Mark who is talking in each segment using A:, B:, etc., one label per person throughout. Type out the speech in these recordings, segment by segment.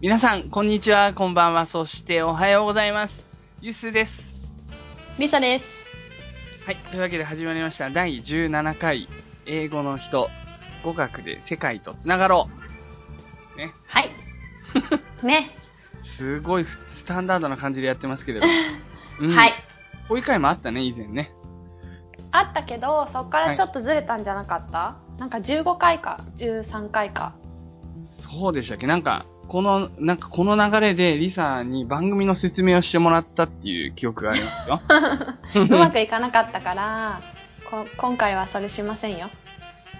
A: 皆さん、こんにちは、こんばんは、そしておはようございます。ゆすです。
B: リサです。
A: はい。というわけで始まりました。第17回、英語の人、語学で世界とつながろ
B: はい。 ね。
A: う。すごいふスタンダードな感じでやってますけれども。うん
B: はい。。
A: こういう回もあったね、以前ね。
B: あったけど、そっからちょっとずれたんじゃなかった、なんか15回か、13 回か。
A: そうでしたっけなんか、この、なんかこの流れでリサに番組の説明をしてもらったっていう記憶があります よ。
B: うまくいかなかったから、こ今回はそれしませんよ。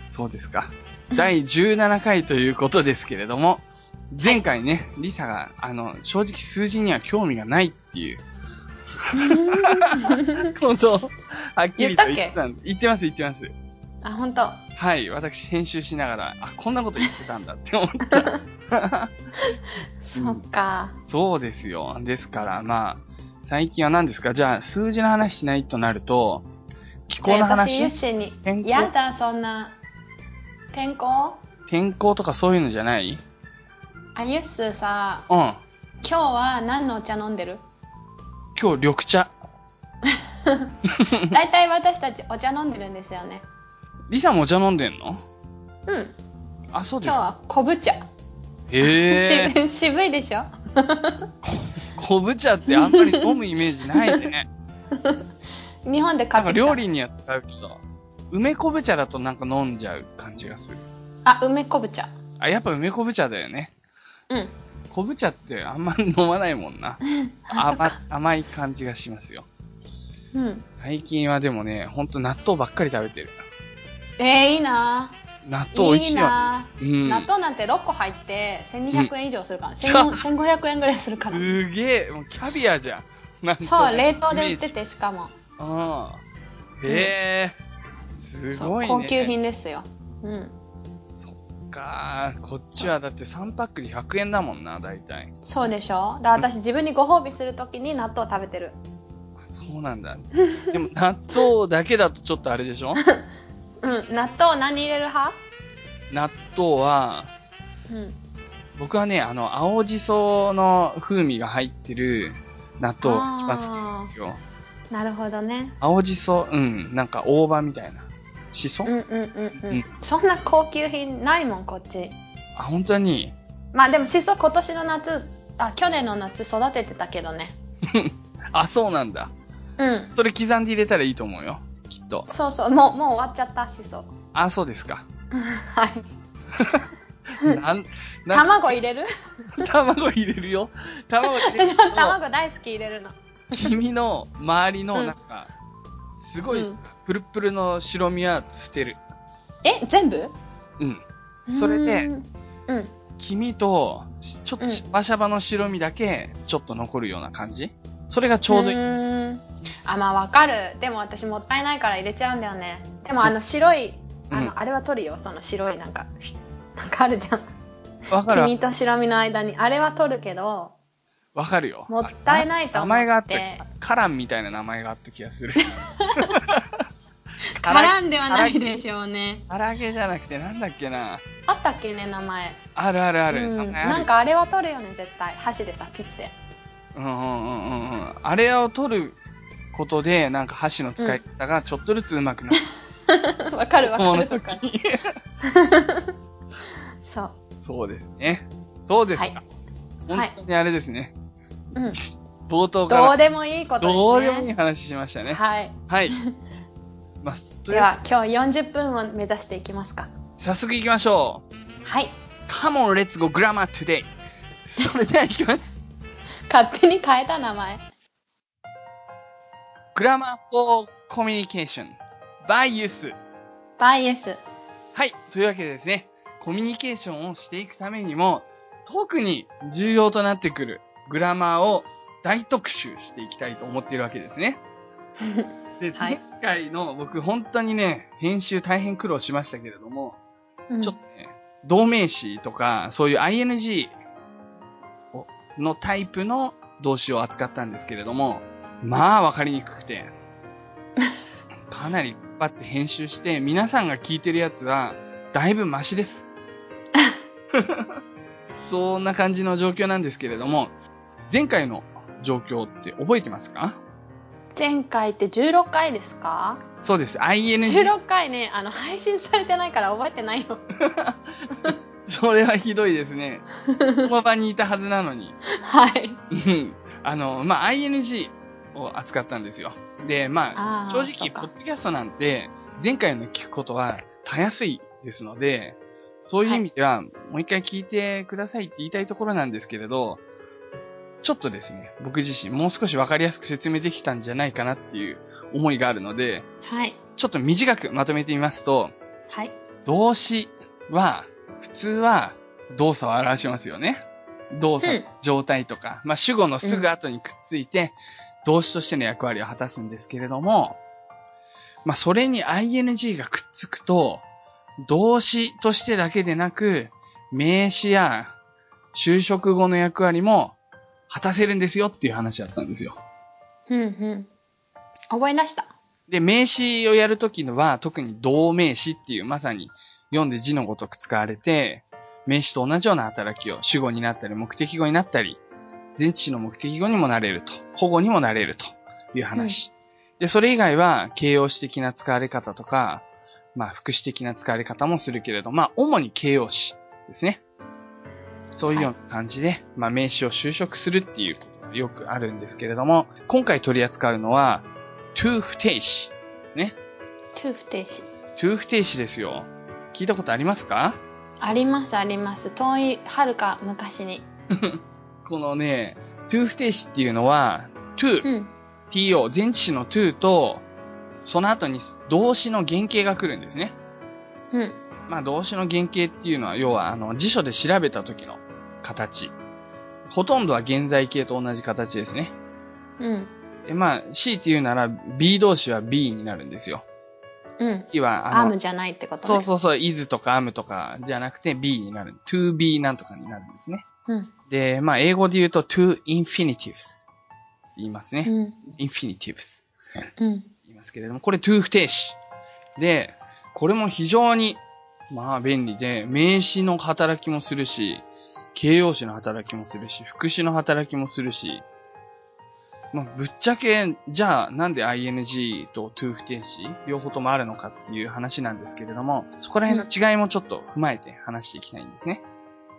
A: そうですか。第17回ということですけれども、前回ね、リサが、あの、正直数字には興味がないっていう、ことを、はっきりと言ってたんで言ってます、言ってます。
B: あ、本当。
A: はい、私編集しながら、あ、こんなこと言ってたんだって思 った。
B: そっか。
A: そうですよ。ですから、まあ、最近は何ですかじゃあ、数字の話しないとなると、気
B: じ
A: 候
B: ゃ
A: の
B: あ私、ユ
A: 話
B: ッシーに。
A: 健康
B: やだ、そんな。天候
A: 天候とかそういうのじゃない
B: あ、ユッスーさ、
A: うん。
B: 今日は何のお茶飲んで る
A: 今日、緑茶。
B: 大体私たちお茶飲んでるんですよね。
A: リサもお茶飲んでんの
B: うん。
A: あ、そうで
B: 今
A: す
B: 日
A: か。
B: は昆布茶。
A: へえ。
B: 渋渋いでしょ
A: 昆布茶ってあんまり飲むイメージない ね。
B: 日本で買
A: な
B: っ
A: ん
B: て
A: か
B: きた
A: 料理には使うけど、梅昆布茶だとなんか飲んじゃう感じがする。
B: あ梅昆布茶
A: あ、やっぱ梅昆布茶だよね。
B: うん
A: 昆布茶ってあんまり飲まないもん な。
B: あそっ
A: 甘
B: か
A: 甘い感じがしますよ。
B: うん
A: 最近はでもね、ほんと納豆ばっかり食べてる。
B: えー、いいな
A: 納
B: ぁ
A: 豆美味
B: い
A: しい
B: い
A: よね。
B: なぁ
A: うん。
B: 納豆なんて6個入って1200円以上するから、千
A: うん
B: 1500円ぐらいするから
A: すげえ、もうキャビアじゃん。納豆
B: そう冷凍で売っ
A: イメー
B: て
A: ジ
B: てしかも
A: ああ。へえ、す
B: そ
A: ご
B: う
A: いね。
B: 高級品ですようん
A: そっかーこっちはだって3パックに100円だもんな、大体。
B: そうでしょだから私自分にご褒美するときに納豆食べてる
A: あそうなんだ。でも納豆だけだとちょっとあれでし ょ
B: うん納豆何入れる派
A: 納豆は、
B: うん
A: 僕はね、あの、青じその風味が入ってる納豆が一番好きなんですよ。
B: なるほどね
A: 青じそ、うん、なんか大葉みたいな。しそ、
B: うんうんうんうん、
A: うん
B: そんな高級品ないもんこっち
A: あ、本当に
B: まあでもシソ今年の夏あ去年の夏育ててたけどね
A: あ、そうなんだ。
B: うん
A: それ刻んで入れたらいいと思うよ。きっと。
B: そうそう、もう、もう終わっちゃったしそう。
A: あ、そうですか。
B: はい。
A: なん、なん
B: 卵入れる
A: 卵入れるよ。卵入れる
B: 私
A: けど
B: も卵大好き入れるの。
A: 君の周りの
B: うん
A: なんか、すごい、
B: うん
A: プルプルの白身は捨てる。
B: え、全部
A: うん。それで
B: うーんうん。
A: 黄身と、しちょっ
B: う
A: と
B: ん
A: シャバシャバの白身だけ、ちょっと残るような感じそれがちょうどいい。
B: ーんあ、まあわかる。でも私もったいないから入れちゃうんだよね。でもあの白い、あの、
A: うん
B: あれは取るよ。その白いなんか、ひ なんかあるじゃん。
A: わか
B: 黄身
A: る
B: と白身の間に。あれは取るけど、
A: わかるよ。
B: もったいないと思って
A: あ名前があった。カランみたいな名前があった気が する。唐揚げ
B: 絡んではないでしょうね。
A: 唐揚げじゃなくてなんだっけな。
B: あったっけね、名前。
A: あるあるある。
B: う
A: 名
B: ん。
A: 前ある
B: なんかあれは取るよね、絶対。箸でさ、切って。
A: うんうんうんうんうん。あれを取ることで、なんか箸の使い方がちょっとずつ上手くなる。
B: わかるわか
A: この
B: るわかる。
A: 時に。
B: そう。
A: そうですね。そうですか。
B: はい
A: 本当にあれですね。
B: うん。
A: 冒頭か
B: ど
A: ら
B: うでもいいことですね。
A: どうでもいい話しましたね。はい。
B: はい。
A: まあ、とい
B: で
A: う
B: は、今日40分を目指していきますか。
A: 早速行きましょう。
B: はい。
A: Come on, let's go grammar today. それでは行きます。
B: 勝手に変えた名前。
A: Grammar for Communication by Use。
B: バイ エス。
A: はい。というわけでですね、コミュニケーションをしていくためにも、特に重要となってくるグラマーを大特集していきたいと思っているわけですね。で、
B: はい
A: 前回の僕本当にね、編集大変苦労しましたけれども、
B: うん
A: ちょっとね、動名詞とか、そういう ing をのタイプの動詞を扱ったんですけれども、まあわかりにくく て、かなり引っ張って編集して、 皆さんが聞いてるやつは、だいぶマシです。そんな感じの状況なんですけれども、前回の状況って覚えてますか
B: 前回って16回ですか
A: そうです。ING。
B: 16回ねあの配信されてないから覚えてないよ
A: それはひどいですね。この場にいたはずなのに。
B: はい
A: うんあの、まあ、ING を扱ったんですよ。で、まあ、
B: あー
A: 正
B: そ
A: 直、
B: う
A: ポ
B: か
A: ッドキャストなんて、前回の聞くことは、たやすいですので、そういう意味では、もう一回聞いてくださいって言いたいところなんですけれど、ちょっとですね、僕自身、もう少しわかりやすく説明できたんじゃないかなっていう思いがあるので、
B: はい
A: ちょっと短くまとめてみますと、
B: はい
A: 動詞は、普通は動作を表しますよね。動作、
B: うん
A: 状態とか、まあ、主語のすぐ後にくっついて、動詞としての役割を果たすんですけれども、まあ、それに ing がくっつくと、動詞としてだけでなく、名詞や就職後の役割も果たせるんですよっていう話だったんですよ。
B: うんうん覚えました
A: で、名詞をやるときのは、特に同名詞っていう、まさに読んで字のごとく使われて、名詞と同じような働きを主語になったり、目的語になったり、前置詞の目的語にもなれると、保護にもなれるという話。で、それ以外は形容詞的な使われ方とか、まあ、副詞的な使われ方もするけれど、まあ、主に形容詞ですね。そういうような感じで、まあ、名詞を就職するっていうことがよくあるんですけれども、今回取り扱うのは、to 不定詞ですね。
B: トゥ不定詞
A: to 不定詞ですよ。聞いたことありますか
B: ありますあります遠いはるか昔に
A: このね、to 不定詞っていうのは、
B: う
A: to,
B: ん
A: to, 前置詞の to と、その後に動詞の原型が来るんですね。
B: うん
A: まあ動詞の原型っていうのは、要はあの辞書で調べた時の形。ほとんどは現在形と同じ形ですね。
B: うん
A: でまあ C っていうなら B 動詞は B になるんですよ。
B: うん。
A: B は
B: ア
A: あ
B: ー
A: の
B: ムじゃないってことね。
A: そうそうそう、is とか am とかじゃなくて B になる。to be なんとかになるんですね。
B: う。うん。
A: で、まあ、英語で言うと to infinitives 言いますね。
B: うん。
A: infinitives
B: うん。
A: 言いますけれども、これ to 不定詞。で、これも非常に、まあ、便利で、名詞の働きもするし、形容詞の働きもするし、副詞の働きもするし、まあ、ぶっちゃけ、じゃあなんで ing と to 不定詞両方ともあるのかっていう話なんですけれども、そこら辺の違いもちょっと踏まえて話していきたいんですね。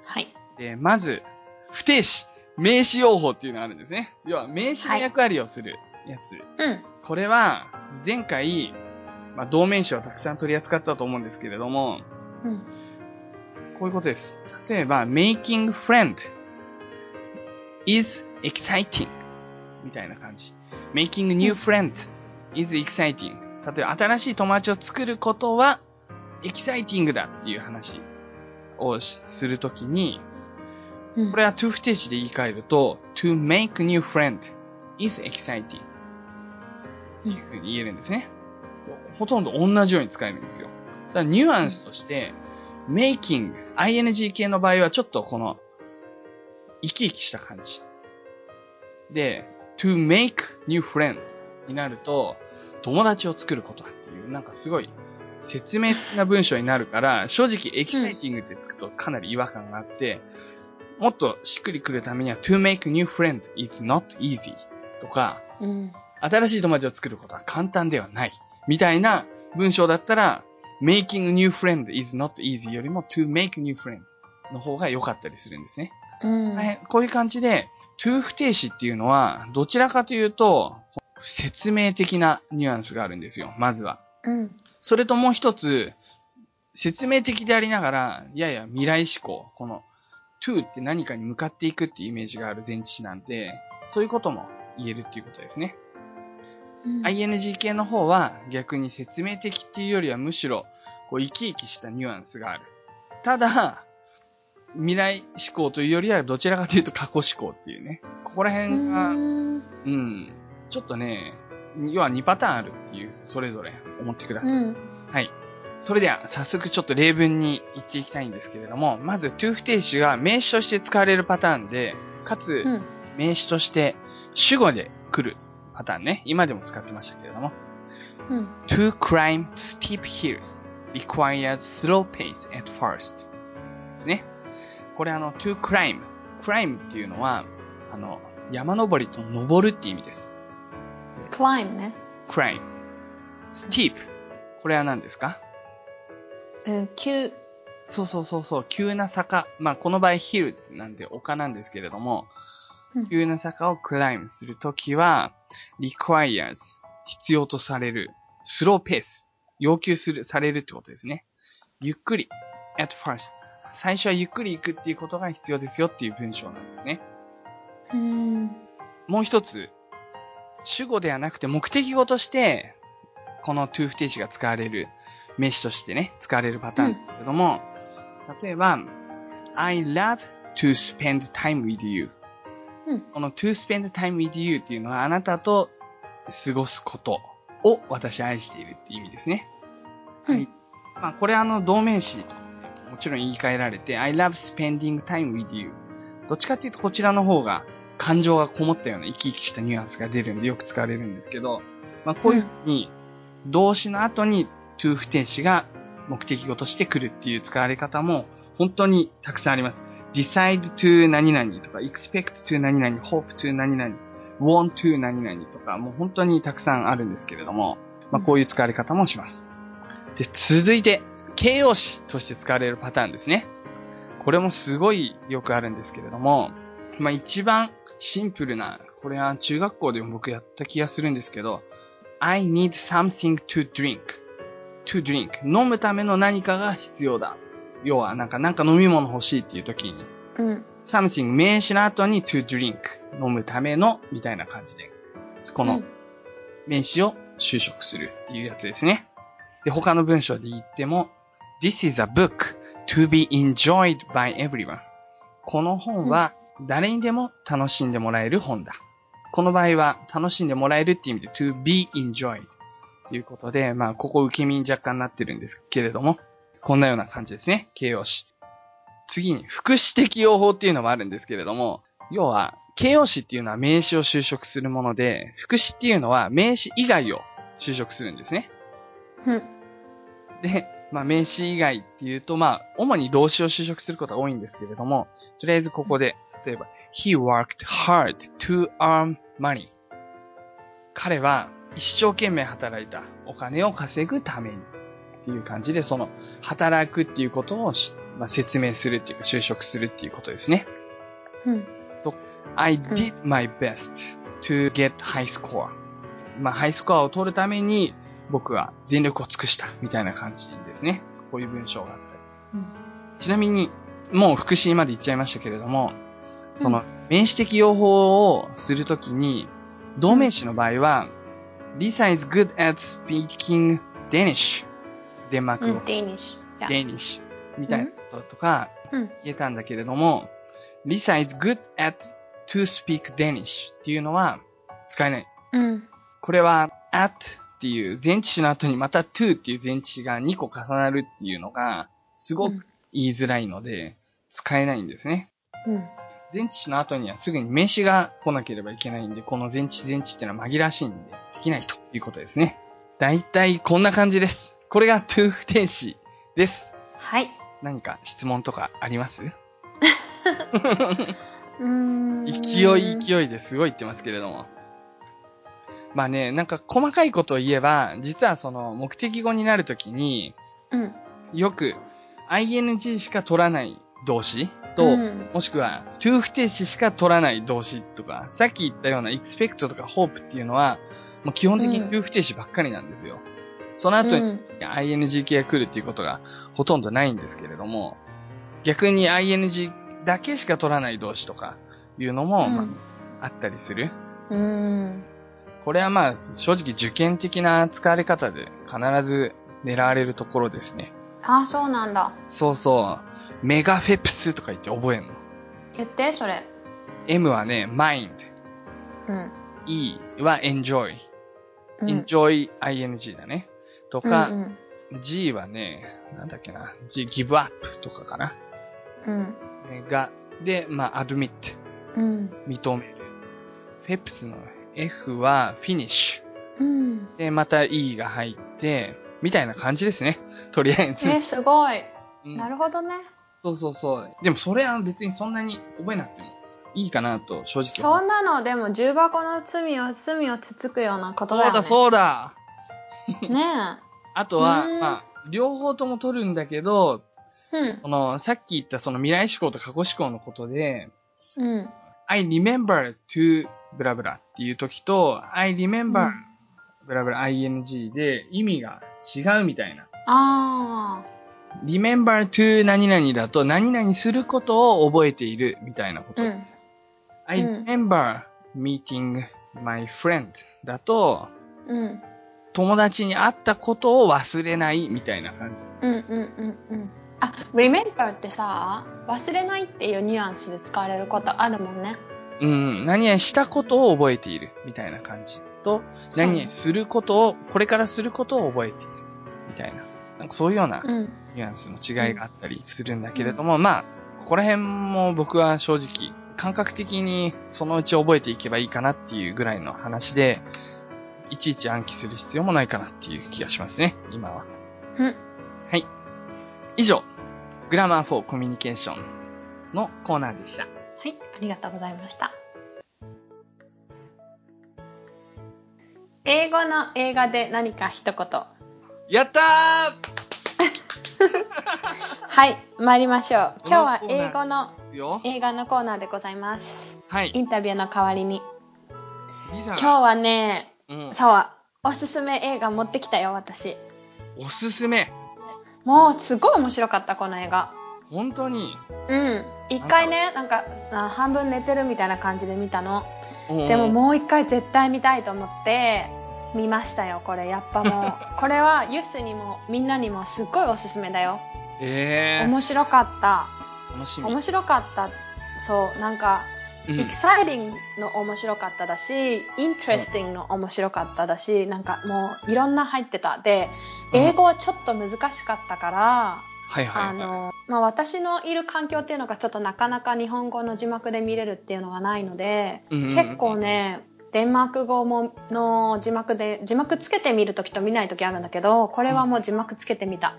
B: はい。
A: で、まず、不定詞、名詞用法っていうのがあるんですね。要は名詞の役割をするやつ。
B: うん。
A: これは、前回、まあ、同名詞をたくさん取り扱ったと思うんですけれども、
B: うん。
A: こういうことです。例えば、making friend is exciting みたいな感じ。making new friend is exciting 例えば、新しい友達を作ることは exciting だっていう話をしするときに、
B: うん。
A: これは to 不定詞で言い換えると、to make new friend is exciting っていうふうに言えるんですね。ほとんど同じように使えるんですよ。ただニュアンスとして、making、ing 系の場合はちょっとこの、生き生きした感じ。で、to make new friend になると、友達を作ることだっていう、なんかすごい説明的な文章になるから、正直エキサイティングってつくとかなり違和感があって、もっとしっくりくるためには、to make new friend is not easy とか、
B: うん。
A: 新しい友達を作ることは簡単ではない。みたいな文章だったら、making new friend is not easy よりも to make new friend の方が良かったりするんですね。
B: うん。
A: はいこういう感じで、to 不定詞っていうのは、どちらかというと、説明的なニュアンスがあるんですよ、まずは。
B: うん。
A: それともう一つ、説明的でありながら、やや未来志向。この、to って何かに向かっていくっていうイメージがある前置詞なんで、そういうことも言えるっていうことですね。
B: うん。
A: ing 系の方は逆に説明的っていうよりはむしろこう生き生きしたニュアンスがある。ただ、未来思考というよりはどちらかというと過去思考っていうね。ここら
B: う
A: 辺が、うん、
B: ん。
A: ちょっとね、要は2パターンあるっていう、それぞれ思ってくだ
B: う
A: さい。
B: ん。
A: はい。それでは早速ちょっと例文に行っていきたいんですけれども、まず to 不定詞が名詞として使われるパターンで、かつ、
B: うん。
A: 名詞として主語で来るパターンね。今でも使ってましたけれども。
B: うん。
A: To climb steep hills requires slow pace at first. ですね。これあの、to climb。climb っていうのは、あの、山登りと登るって意味です。
B: climb ね。
A: climb。steep。これは何ですか
B: うん、急、
A: そうそうそうそう、急な坂。まあ、この場合、ヒルズなんで丘なんですけれども
B: うん、
A: 急な坂をクライムするときは、requires、必要とされる、スローペース、要求する、されるってことですね。ゆっくり、at first。最初はゆっくり行くっていうことが必要ですよっていう文章なんですね。
B: うん、
A: もう一つ、主語ではなくて目的語として、この to 不定詞が使われる、名詞としてね、使われるパターンだけども、例えば、I love to spend time with you.
B: うん
A: この to spend time with you っていうのは、あなたと過ごすことを私愛しているっていう意味ですね。
B: うん
A: はい。まあ、これあの、動名詞、もちろん言い換えられて、I love spending time with you。どっちかっていうと、こちらの方が、感情がこもったような生き生きしたニュアンスが出るんでよく使われるんですけど、まあ、こういうふうに、動詞の後に to 不定詞が目的語として来るっていう使われ方も本当にたくさんあります。decide to 何々とか expect to 何々、hope to 何々、want to 何々とかもう本当にたくさんあるんですけれども、まあ、こういう使われ方もします。で、続いて形容詞として使われるパターンですね。これもすごいよくあるんですけれども、まあ、一番シンプルな、これは中学校でも僕やった気がするんですけど、I need something to drink. to drink. 飲むための何かが必要だ。要は、なんか、なんか飲み物欲しいっていう時に、
B: うん、
A: something 名詞の後に to drink 飲むためのみたいな感じで、こ
B: う
A: の
B: ん
A: 名詞を修飾するっていうやつですね。で、他の文章で言っても、this is a book to be enjoyed by everyone. この本は誰にでも楽しんでもらえる本だ。この場合は楽しんでもらえるっていう意味で to be enjoyed ということで、まあ、ここ受け身に若干なってるんですけれども、こんなような感じですね。形容詞。次に、副詞適用法っていうのもあるんですけれども、要は、形容詞っていうのは名詞を修飾するもので、副詞っていうのは名詞以外を修飾するんですね。
B: うん、
A: で、まあ、名詞以外っていうと、まあ、主に動詞を就職することが多いんですけれども、とりあえずここで、例えば、he worked hard to earn money. 彼は一生懸命働いた。お金を稼ぐために。っていう感じで、その、働くっていうことをし、まあ、説明するっていうか、就職するっていうことですね。
B: うん、
A: I did my best to get high score. まあ、ハイスコアを取るために僕は全力を尽くしたみたいな感じですね。こういう文章があったり。
B: うん
A: ちなみに、もう副詞まで言っちゃいましたけれども、その、名詞的用法をするときに、同名詞の場合は、Lisa is good at speaking Danish. デンマー
B: う
A: ク語
B: ん、。デニッシュ。
A: デニッシュみたいなこととか
B: うん
A: 言えたんだけれども、Lisa is good at to speak Danish っていうのは使えない。
B: うん、
A: これは at っていう前置詞の後にまた to っていう前置詞が2個重なるっていうのがすごく言いづらいので使えないんですね。
B: うん、
A: 前置詞の後にはすぐに名詞が来なければいけないんで、この前置詞前置詞っていうのは紛らわしいんで、できないということですね。だいたいこんな感じです。これが to 不定詞です。
B: はい。
A: 何か質問とかあります
B: うーん。
A: 勢い勢いですごい言ってますけれども。まあね、なんか細かいことを言えば、実はその目的語になるときに、
B: うん。
A: よく ing しか取らない動詞と、
B: うん
A: もしくは to 不定詞しか取らない動詞とか、さっき言ったような expect とか hope っていうのは、もう基本的に
B: うん
A: to 不定詞ばっかりなんですよ。その後に
B: うん、
A: ing 系が来るっていうことがほとんどないんですけれども、逆に ing だけしか取らない動詞とかいうのも、
B: うん
A: まあ、あったりする。
B: うん。
A: これはまあ、正直受験的な使われ方で必ず狙われるところですね。
B: ああ、そうなんだ。
A: そうそう。メガフェプスとか言って覚えんの。
B: 言って、それ。
A: M はね、mind。
B: うん。
A: E は enjoy。
B: うん
A: enjoy ing だね。とか、
B: うん。
A: G はね、なんだっけな。G give up とかかな。
B: うん。
A: ねが、で、まあ、admit、
B: うん。
A: 認める。フェプスの F は finish。
B: うん。
A: で、また E が入って、みたいな感じですね。とりあえず。
B: え、すごい。
A: うん
B: なるほどね。
A: そうそうそう。でもそれは別にそんなに覚えなくてもいいかなと正直
B: そ
A: うん
B: なのでも重箱の罪を罪をつつくようなことだ
A: そう
B: よね
A: だそうだ。
B: ね
A: あとは、
B: うん
A: まあ、両方とも取るんだけど、
B: えうん
A: この、さっき言ったその未来思考と過去思考のことで、
B: うん
A: I remember to ブラブラっていう時と、I
B: う
A: remember
B: ん
A: ブラブラ ing で意味が違うみたいな。
B: あ
A: remember to 何々だと何々することを覚えているみたいなこ
B: あ
A: と。
B: うん
A: I
B: うん
A: remember meeting my friend だと
B: うん
A: 友達に会ったことを忘れないみたいな感じ。
B: うんうんうんうんあ remember ってさ忘れないっていうニュアンスで使われることあるもんね
A: うん、何々したことを覚えているみたいな感じと、
B: そう
A: 何々することを、これからすることを覚えているみたいな。なんかそういうような
B: うん
A: ニュアンスの違いがあったりするんだけれども、まあ、ここら辺も僕は正直、感覚的にそのうち覚えていけばいいかなっていうぐらいの話で、いちいち暗記する必要もないかなっていう気がしますね、今は。
B: うん
A: はい。以上、グラマーフォーコミュニケーションのコーナーでした。
B: はい、ありがとうございました。英語の映画で何か一言。
A: やった
B: はい、参りましょう。今日は
A: このコーナー
B: 英語
A: ー
B: の
A: よ。
B: 映画のコーナーでございます。
A: はい。
B: インタビューの代わりに。
A: ビザが
B: 今日はね、
A: うん、
B: そう、おすすめ映画持ってきたよ、私。
A: おすすめ。
B: もうすごい面白かった、この映画。
A: 本当に。
B: うん。一回ね、なんか、あ半分寝てるみたいな感じで見たの。
A: うん
B: でももう一回絶対見たいと思って見ましたよこれやっぱもうこれはユスにもみんなにもすっごいおすすめだよ
A: え
B: 面白かった
A: ー、楽しみ。
B: 面白かったそうなんか、
A: うん
B: エキサイティングの面白かっただしインテレスティングの面白かっただしなんかもういろんな入ってたで
A: うん
B: 英語はちょっと難しかったから、
A: はいはい、はい。
B: あのまあ、私のいる環境っていうのがちょっとなかなか日本語の字幕で見れるっていうのがないので、
A: うんうんうん
B: 結構ねデンマーク語もの字幕で字幕つけてみるときと見ないときあるんだけどこれはもう字幕つけてみた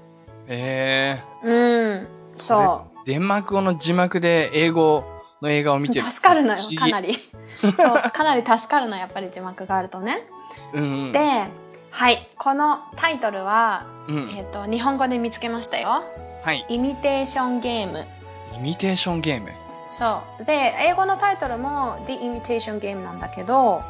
A: え
B: うん
A: ー、。
B: そう
A: デンマーク語の字幕で英語の映画を見
B: う
A: てる。
B: 助かるのよかな
A: り。
B: り そうかなり助かるのやっぱり字幕があるとね、
A: うん、うん。
B: で、はいこのタイトルは、
A: う
B: え
A: ん。
B: っと日本語で見つけましたよ
A: はい。
B: 「イミテーションゲーム」
A: イミテーションゲーム。
B: そう。で、英語のタイトルも The Imitation Game なんだけど、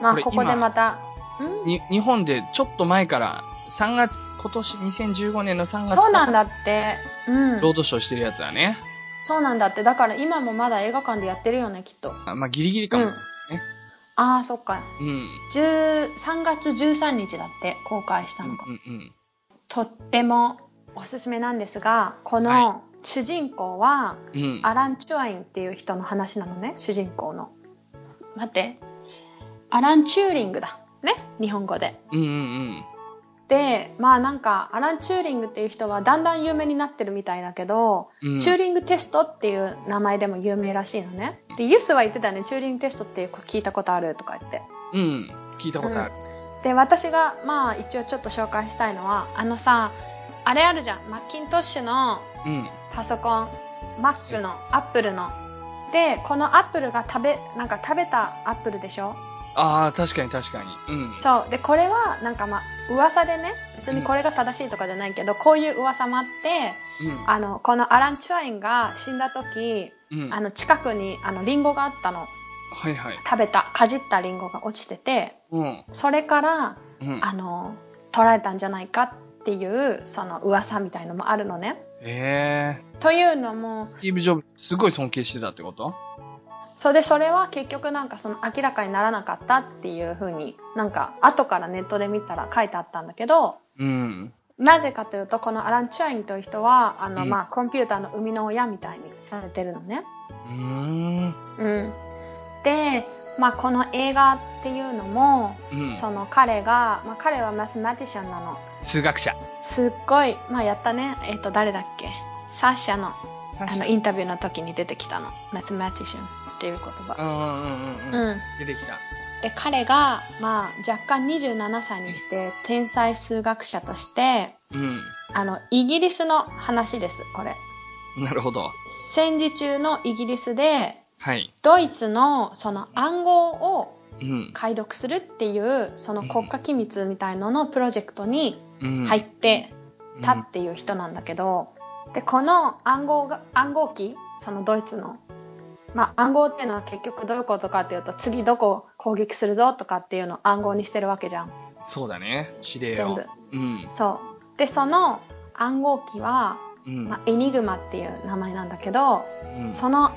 B: まあ、
A: これ
B: ここで
A: 今
B: また、ん
A: に、日本でちょっと前から、3月、今年2015年の3月。
B: そうなんだって。うん
A: ロ。ードショーしてるやつはね。
B: そうなんだって。だから今もまだ映画館でやってるよね、きっと。
A: あまあ、ギリギリかも。
B: ああ、そっか。
A: うん。
B: 10 3月13日だって、公開した
A: うん。う
B: の
A: ん
B: が。
A: うん。
B: とってもおすすめなんですが、こ
A: は
B: の主人公は、
A: うん。
B: アラン・チュアインっていう人の話なのね、主人公の。待って。アラン・チューリングだ。ね日本語で。
A: うんうん
B: でまあなんかアラン・チューリングっていう人はだんだん有名になってるみたいだけど、
A: うん。うん。
B: チューリングテストっていう名前でも有名らしいのねでユスは言ってたよねチューリングテストっていう聞いたことあるとか言って
A: うん。聞いたことある。
B: で私がまあ一応ちょっと紹介したいのはあのさあれあるじゃんマッキントッシュの
A: うん。
B: パソコン Mac のアップルのでこのアップルが食べなんか食べたアップルでしょ
A: ああ、確かに確かに。うん。
B: そうでこれはなんかまあ噂でね別にこれが正しいとかじゃないけど、こういう噂もあって
A: うん。
B: あの、このアラン・チュアインが死んだ時、
A: うん。
B: あの、近くに、あの、リンゴがあったの。
A: はいはい。
B: 食べた、かじったリンゴが落ちてて、
A: うん。
B: それから、
A: うん。
B: あの、取られたんじゃないかっていう、その噂みたいのもあるのね。
A: ええ
B: というのも、
A: スティーブ・ジョブズ、すごい尊敬してたってこと
B: それでそれは結局なんかその明らかにならなかったっていうふうになんか後からネットで見たら書いてあったんだけど、
A: うん。
B: なぜかというとこのアラン・チュアインという人は、あの、
A: うん
B: まあ、コンピューターの生みの親みたいにされてるのね。
A: うーん。
B: うん、で、まあ、この映画っていうのも、
A: うん。
B: その彼が、まあ、彼はマスマティシャンなの
A: 数学者。
B: すっごい、まあ、やったねえっ、と誰だっけサッシャの
A: 確
B: あのインタビューの時に出てきたのマスマティシャンっていう言葉、
A: うんうんうんうん。
B: うん、
A: 出てきた。
B: で彼が、まあ、若干27歳にして天才数学者として
A: うん。
B: あのイギリスの話ですこれ
A: なるほど。
B: 戦時中のイギリスで
A: はい。
B: ドイツのその暗号を
A: うん。
B: 解読するっていうその国家機密みたいののプロジェクトに
A: うん
B: 入ってたっていう人なんだけど、でこの暗号が暗号機そのドイツの、まあ、暗号っていうのは結局どういうことかっていうと次どこを攻撃するぞとかっていうのを暗号にしてるわけじゃん
A: そうだね。指令
B: 全
A: を
B: 部。
A: うん。
B: そうでその暗号機は、
A: うん。
B: まあ、エニグマっていう名前なんだけど
A: うん
B: その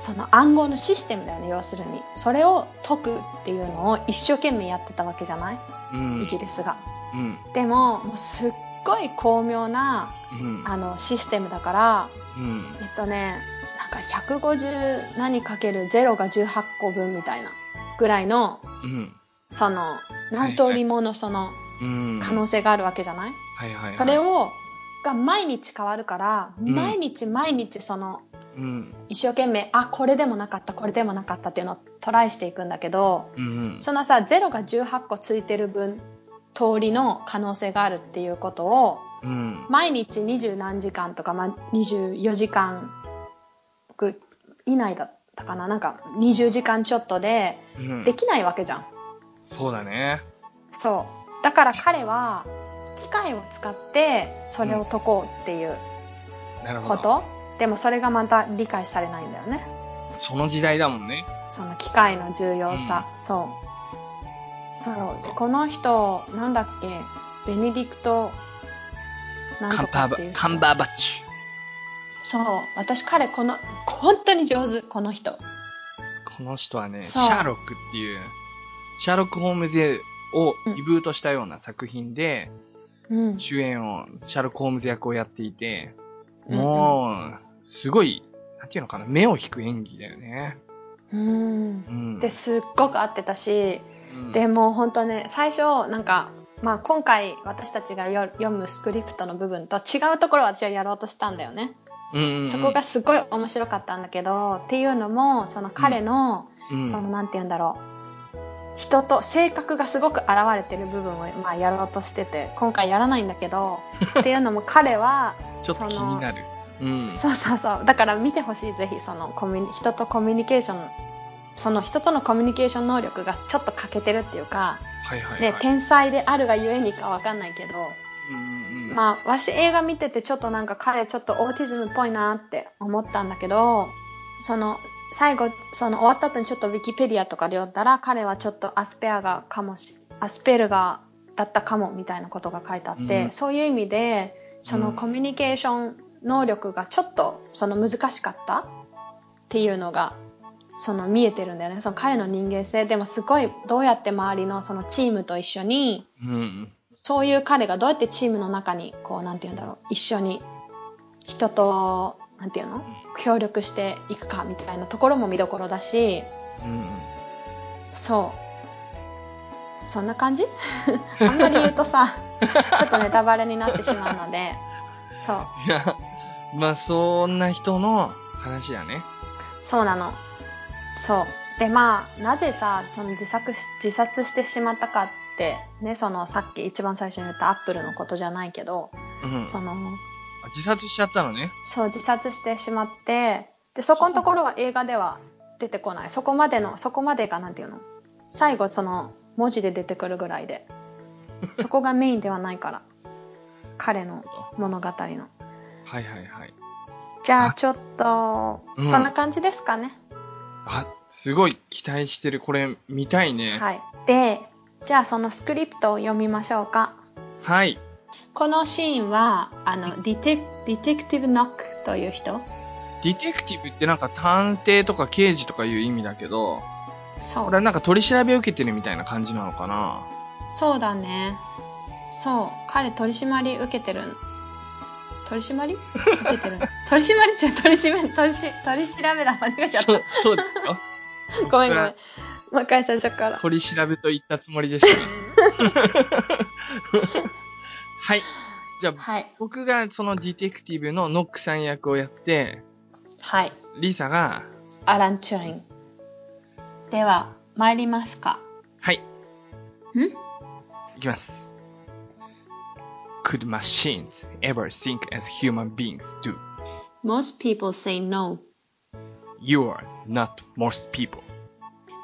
B: その暗号のシステムだよね要するにそれを解くっていうのを一生懸命やってたわけじゃない
A: うん
B: イギリスが。
A: うん。
B: でももうすっごい巧妙な
A: うん。
B: あのシステムだから
A: うん。
B: えっとねなんか150何かける0が18個分みたいなぐらいの
A: うん。
B: その何通りものその
A: うん。
B: 可能性があるわけじゃない、
A: はいはいはい。
B: それをが毎日変わるから、
A: ん
B: 毎日毎日その
A: うん。
B: 一生懸命あこれでもなかったこれでもなかったっていうのをトライしていくんだけど
A: うん。
B: そのさ0が18個ついてる分通りの可能性があるっていうことを
A: うん。
B: 毎日二十何時間とか、まあ、24時間ぐ以内だったかななんか20時間ちょっとで
A: うん
B: できないわけじゃん、
A: そうだね。
B: そうだから彼は機械を使ってそれを解こうっていう
A: なるほ
B: こ
A: ど。
B: と、でもそれがまた理解されないんだよね
A: その時代だもんね。
B: その機械の重要さ、そうそうでこの人なんだっけベネディクトなん
A: カ
B: と
A: ンパ
B: か
A: ー
B: っ
A: バ
B: ていう
A: カンバーバッチ。
B: そう私彼この本当に上手この人
A: この人はね、シ
B: そう
A: ャーロックっていう、シャーロック・ホームズをリブートしたような作品で、
B: うん
A: 主演を、シャーロック・ホームズ役をやっていて、
B: うん
A: もう、すごい、なんていうのかな、目を引く演技だよね。
B: うん
A: うん。
B: ですっごく合ってたし
A: うん
B: でもう本当ね最初なんか、まあ、今回私たちがよ読むスクリプトの部分と違うところを私はやろうとしたんだよね、
A: うんうんうん
B: そこが、すごい面白かったんだけどっていうのもその彼の、
A: うん
B: そのなんて言うんだろう人と性格がすごく現れてる部分を、まあ、やろうとしてて今回やらないんだ けどっていうのも彼は
A: ちょっと気になる。うん。
B: そうそうそうだから見てほしいぜひそのコミュニ人とコミュニケーションその人とのコミュニケーション能力がちょっと欠けてるっていうか、
A: はいはいはい。
B: ね、天才であるがゆえにかわかんないけど、
A: うんうんうん
B: まあわし映画見ててちょっとなんか彼ちょっとオーティズムっぽいなって思ったんだけどその最後その終わった後にちょっとウィキペディアとかで読んだら彼はちょっとアスペアガーかもしアスペルガーだったかもみたいなことが書いてあって、
A: うん
B: そういう意味でそうの
A: ん
B: コミュニケーション能力がちょっとその難しかったっていうのがその見えてるんだよねその彼の人間性でもすごいどうやって周りのそのチームと一緒に
A: うんうん。
B: そういう彼がどうやってチームの中に、こう、なんて言うんだろう、一緒に人と、なんて言うの協力していくかみたいなところも見どころだし、
A: うんうん。
B: そう。そん な感じあんまり言うとさ、ちょっとネタバレになってしまうので、そう。
A: いや、まあそんな人の話だね。
B: そうなの。そう。で、まあ、なぜさ、その自作し、自殺してしまったかって、ね、そのさっき一番最初に言ったアップルのことじゃないけど、
A: うん。
B: その、
A: 自殺しちゃったのね。
B: そう自殺してしまってでそこのところは映画では出てこないそこまでのそこまでがなんていうの最後その文字で出てくるぐらいでそこがメインではないから 彼の物語の
A: はいはいはい。
B: じゃあちょっと、
A: うん
B: そんな感じですかね、
A: あ、すごい期待してる。これ見たいね。
B: はいでじゃあそのスクリプトを読みましょうか
A: はい。
B: このシーンはあのディテディテクティブ・ノックという人
A: ディテクティブってなんか探偵とか刑事とかいう意味だけど、
B: そう
A: これはなんか取り調べを受けてるみたいな感じなのかな。
B: そうだね。そう。彼、取り締まり受けてるん。取り締まり受けてる ん。取り締まりじゃ、取り締め、取りし、取り調べだ。間違えちゃっ
A: そう、そうですよ。
B: た。 ごめんごめん。
A: 僕
B: もう一回最初から。
A: 取り調べと言ったつもりで した。はい。じゃあ、
B: はい。
A: 僕がそのディテクティブのノックさん役をやって、
B: はい。
A: リサが、
B: アラン・チューイン。では、参りますか。
A: はい、
B: ん
A: いきます。Could machines ever think as human beings do?
B: Most people say no.
A: You are not most people.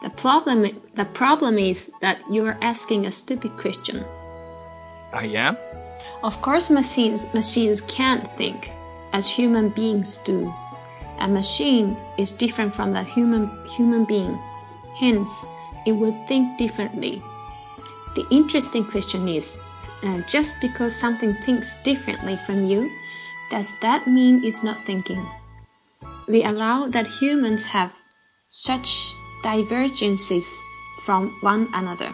B: The problem, the problem is that you are asking a stupid question.
A: I am?
B: Of course, machines, machines can't think as human beings do. A machine is different from the human, human being. Hence, it will think differently. The interesting question is uh, just because something thinks differently from you, does that mean it's not thinking? We allow that humans have such divergences from one another.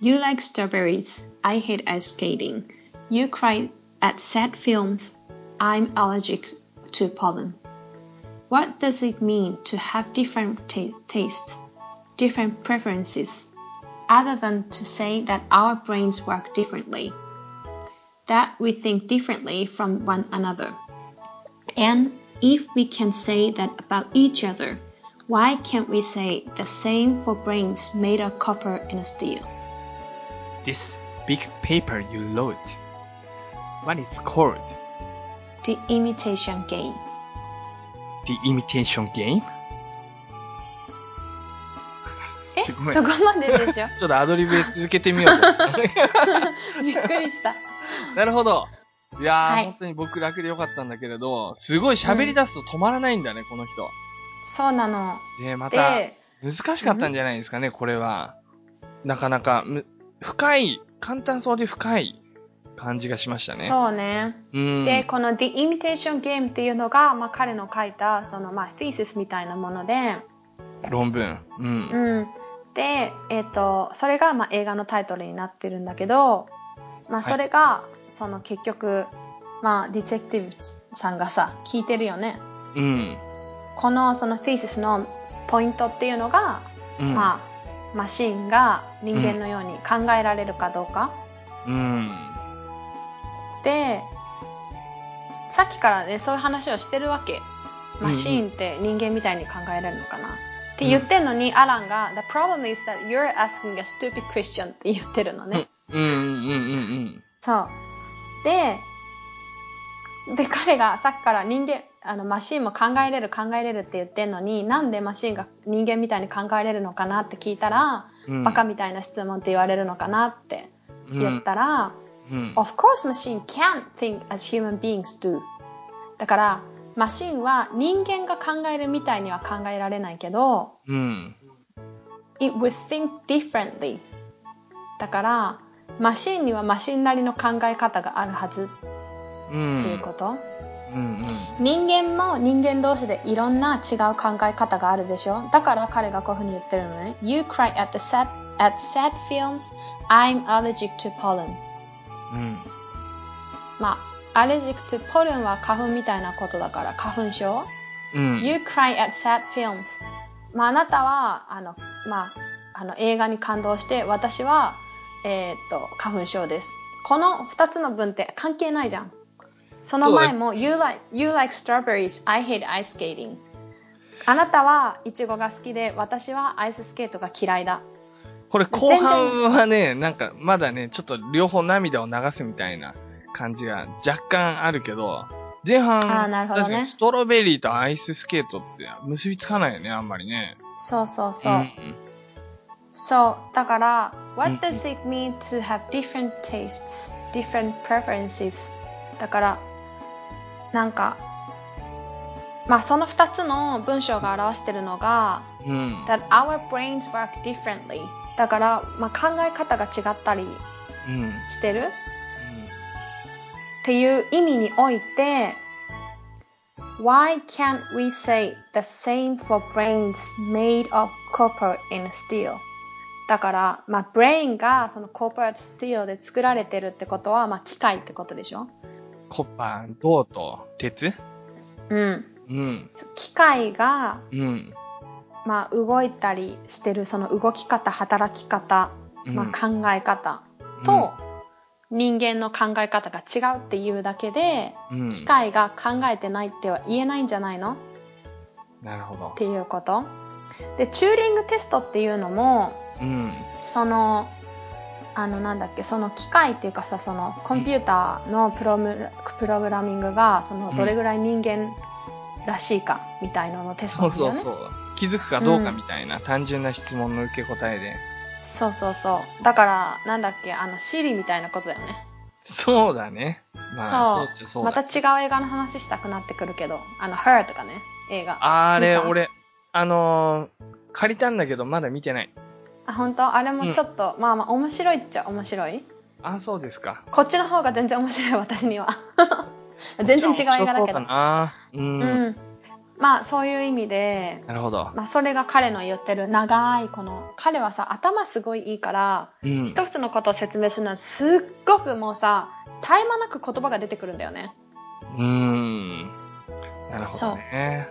B: You like strawberries, I hate ice skating. You cry at sad films, I'm allergic to pollen. What does it mean to have different ta- tastes, different preferences, other than to say that our brains work differently, that we think differently from one another? And if we can say that about each other, why can't we say the same for brains made of copper and steel?
A: This big paper you wrote. What is called?
B: The imitation game.
A: The imitation game?
B: え、
A: すごい
B: そこまででし ょ
A: ちょっとアドリブで続けてみよう と。
B: びっくりした。
A: なるほど。いやー、
B: はい
A: 本当に僕楽でよかったんだけれど、すごい喋り出すと止まらないんだね、この人。
B: そうなの。
A: で、また、
B: で、
A: 難しかったんじゃないですかね、これは。なかなか、む深い、簡単そうで深い感じがしましたね。
B: そうね。
A: うん。
B: で、この The Imitation Game っていうのが、まあ、彼の書いた、その、まあ、thesis みたいなもので、
A: 論文。うん。
B: うん。で、えっ、と、それが、まあ、映画のタイトルになってるんだけど、まあ、それが、その、結局、まあ、ディテクティブさんがさ、聞いてるよね。
A: うん。
B: この、その、thesis のポイントっていうのが、
A: うん。
B: まあ、マシンが人間のように考えられるかどうか。
A: うん。
B: で、さっきからね、そういう話をしてるわけ。マシーンって人間みたいに考えられるのかな、って言ってんのに、アランが、The problem is that you're asking a stupid question って言ってるのね。
A: うんうんうん
B: そう。で、で、彼がさっきから人間、あの、マシーンも考えれる考えれるって言ってんのに、なんでマシーンが人間みたいに考えれるのかなって聞いたら、
A: うんうん。
B: バカみたいな質問って言われるのかなって言ったら、
A: うんうん。
B: Of course, machine can think as human beings do. だから、マシンは人間が考えるみたいには考えられないけど、
A: うん。
B: it would think differently. だから、マシンにはマシンなりの考え方があるはず
A: うん。
B: っていうこと。
A: うん
B: 人間も人間同士でいろんな違う考え方があるでしょだから彼がこういうふうに言ってるのね。You cry at the sad, at sad films, I'm allergic to pollen.
A: うん。うん。
B: まあ、アレジックとポルンは花粉みたいなことだから花粉症。
A: うん。
B: You cry at sad films. まあ、あなたは、あの、まあ、あの映画に感動して、私は、えーっと、花粉症です。この二つの文って関係ないじゃん。その前も、you like, you like strawberries, I hate ice skating. あなたはイチゴが好きで、私はアイススケートが嫌いだ。
A: これ後半はね、なんかまだね、ちょっと両方涙を流すみたいな感じが若干あるけど、前半、
B: ーなるほどね
A: 確かにストロベリーとアイススケートって結びつかないよね、あんまりね。
B: そうそうそう。
A: ん
B: そう、だから、
A: うん
B: What does it mean to have different tastes, different preferences? だから、なんか、まあその2つの文章が表してるのが、
A: うん。
B: that our brains work differently. だから、まあ、考え方が違ったり
A: うん。うん
B: してるっていう意味において、Why can't we say the same for brains made of copper and steel? だから、まあ、ブレインがそのコーパースティールで作られてるってことは、まあ、機械ってことでしょ
A: コッパー、銅と鉄
B: うん。
A: うん。
B: そう機械が、
A: うん。
B: まあ、動いたりしてる、その動き方、働き方、
A: うん
B: まあ、考え方と、人間の考え方が違うっていうだけで、
A: うん、
B: 機械が考えてないっては言えないんじゃないの
A: なるほど
B: っ。ていうことでチューリングテストっていうのも
A: うん。
B: そのあのなんだっけその機械っていうかさそのコンピューターのプログラプログラミングがそのどれぐらい人間らしいかみたいなののテスト
A: そ
B: な
A: うん
B: だ
A: そう
B: よね。
A: そう。気づくかどうかみたいな単純な質問の受け答えで。
B: そうそうそう。だから、なんだっけ、あの、シリみたいなことだよね。
A: そうだね。まあ、そうっちゃそうだ
B: また違う映画の話したくなってくるけど、あの、Her とかね、映画。あ、
A: あれ、
B: 見た
A: 俺、あのー借りたんだけど、まだ見てない。
B: 本当あれもちょっと、まあまあ、面白いっちゃ面白い。
A: あ、そうですか。
B: こっちの方が全然面白い、私には。 全然違う映画だ
A: 面白
B: け
A: そう
B: ど。
A: なうん。
B: うん。まあ、そういう意味で、
A: なるほど。
B: まあ、それが彼の言ってる長いこの彼はさ頭すごいいいから、
A: うん。
B: 一つのことを説明するのはすっごくもうさ絶え間なく言葉が出てくるんだよね
A: うん。なるほどね。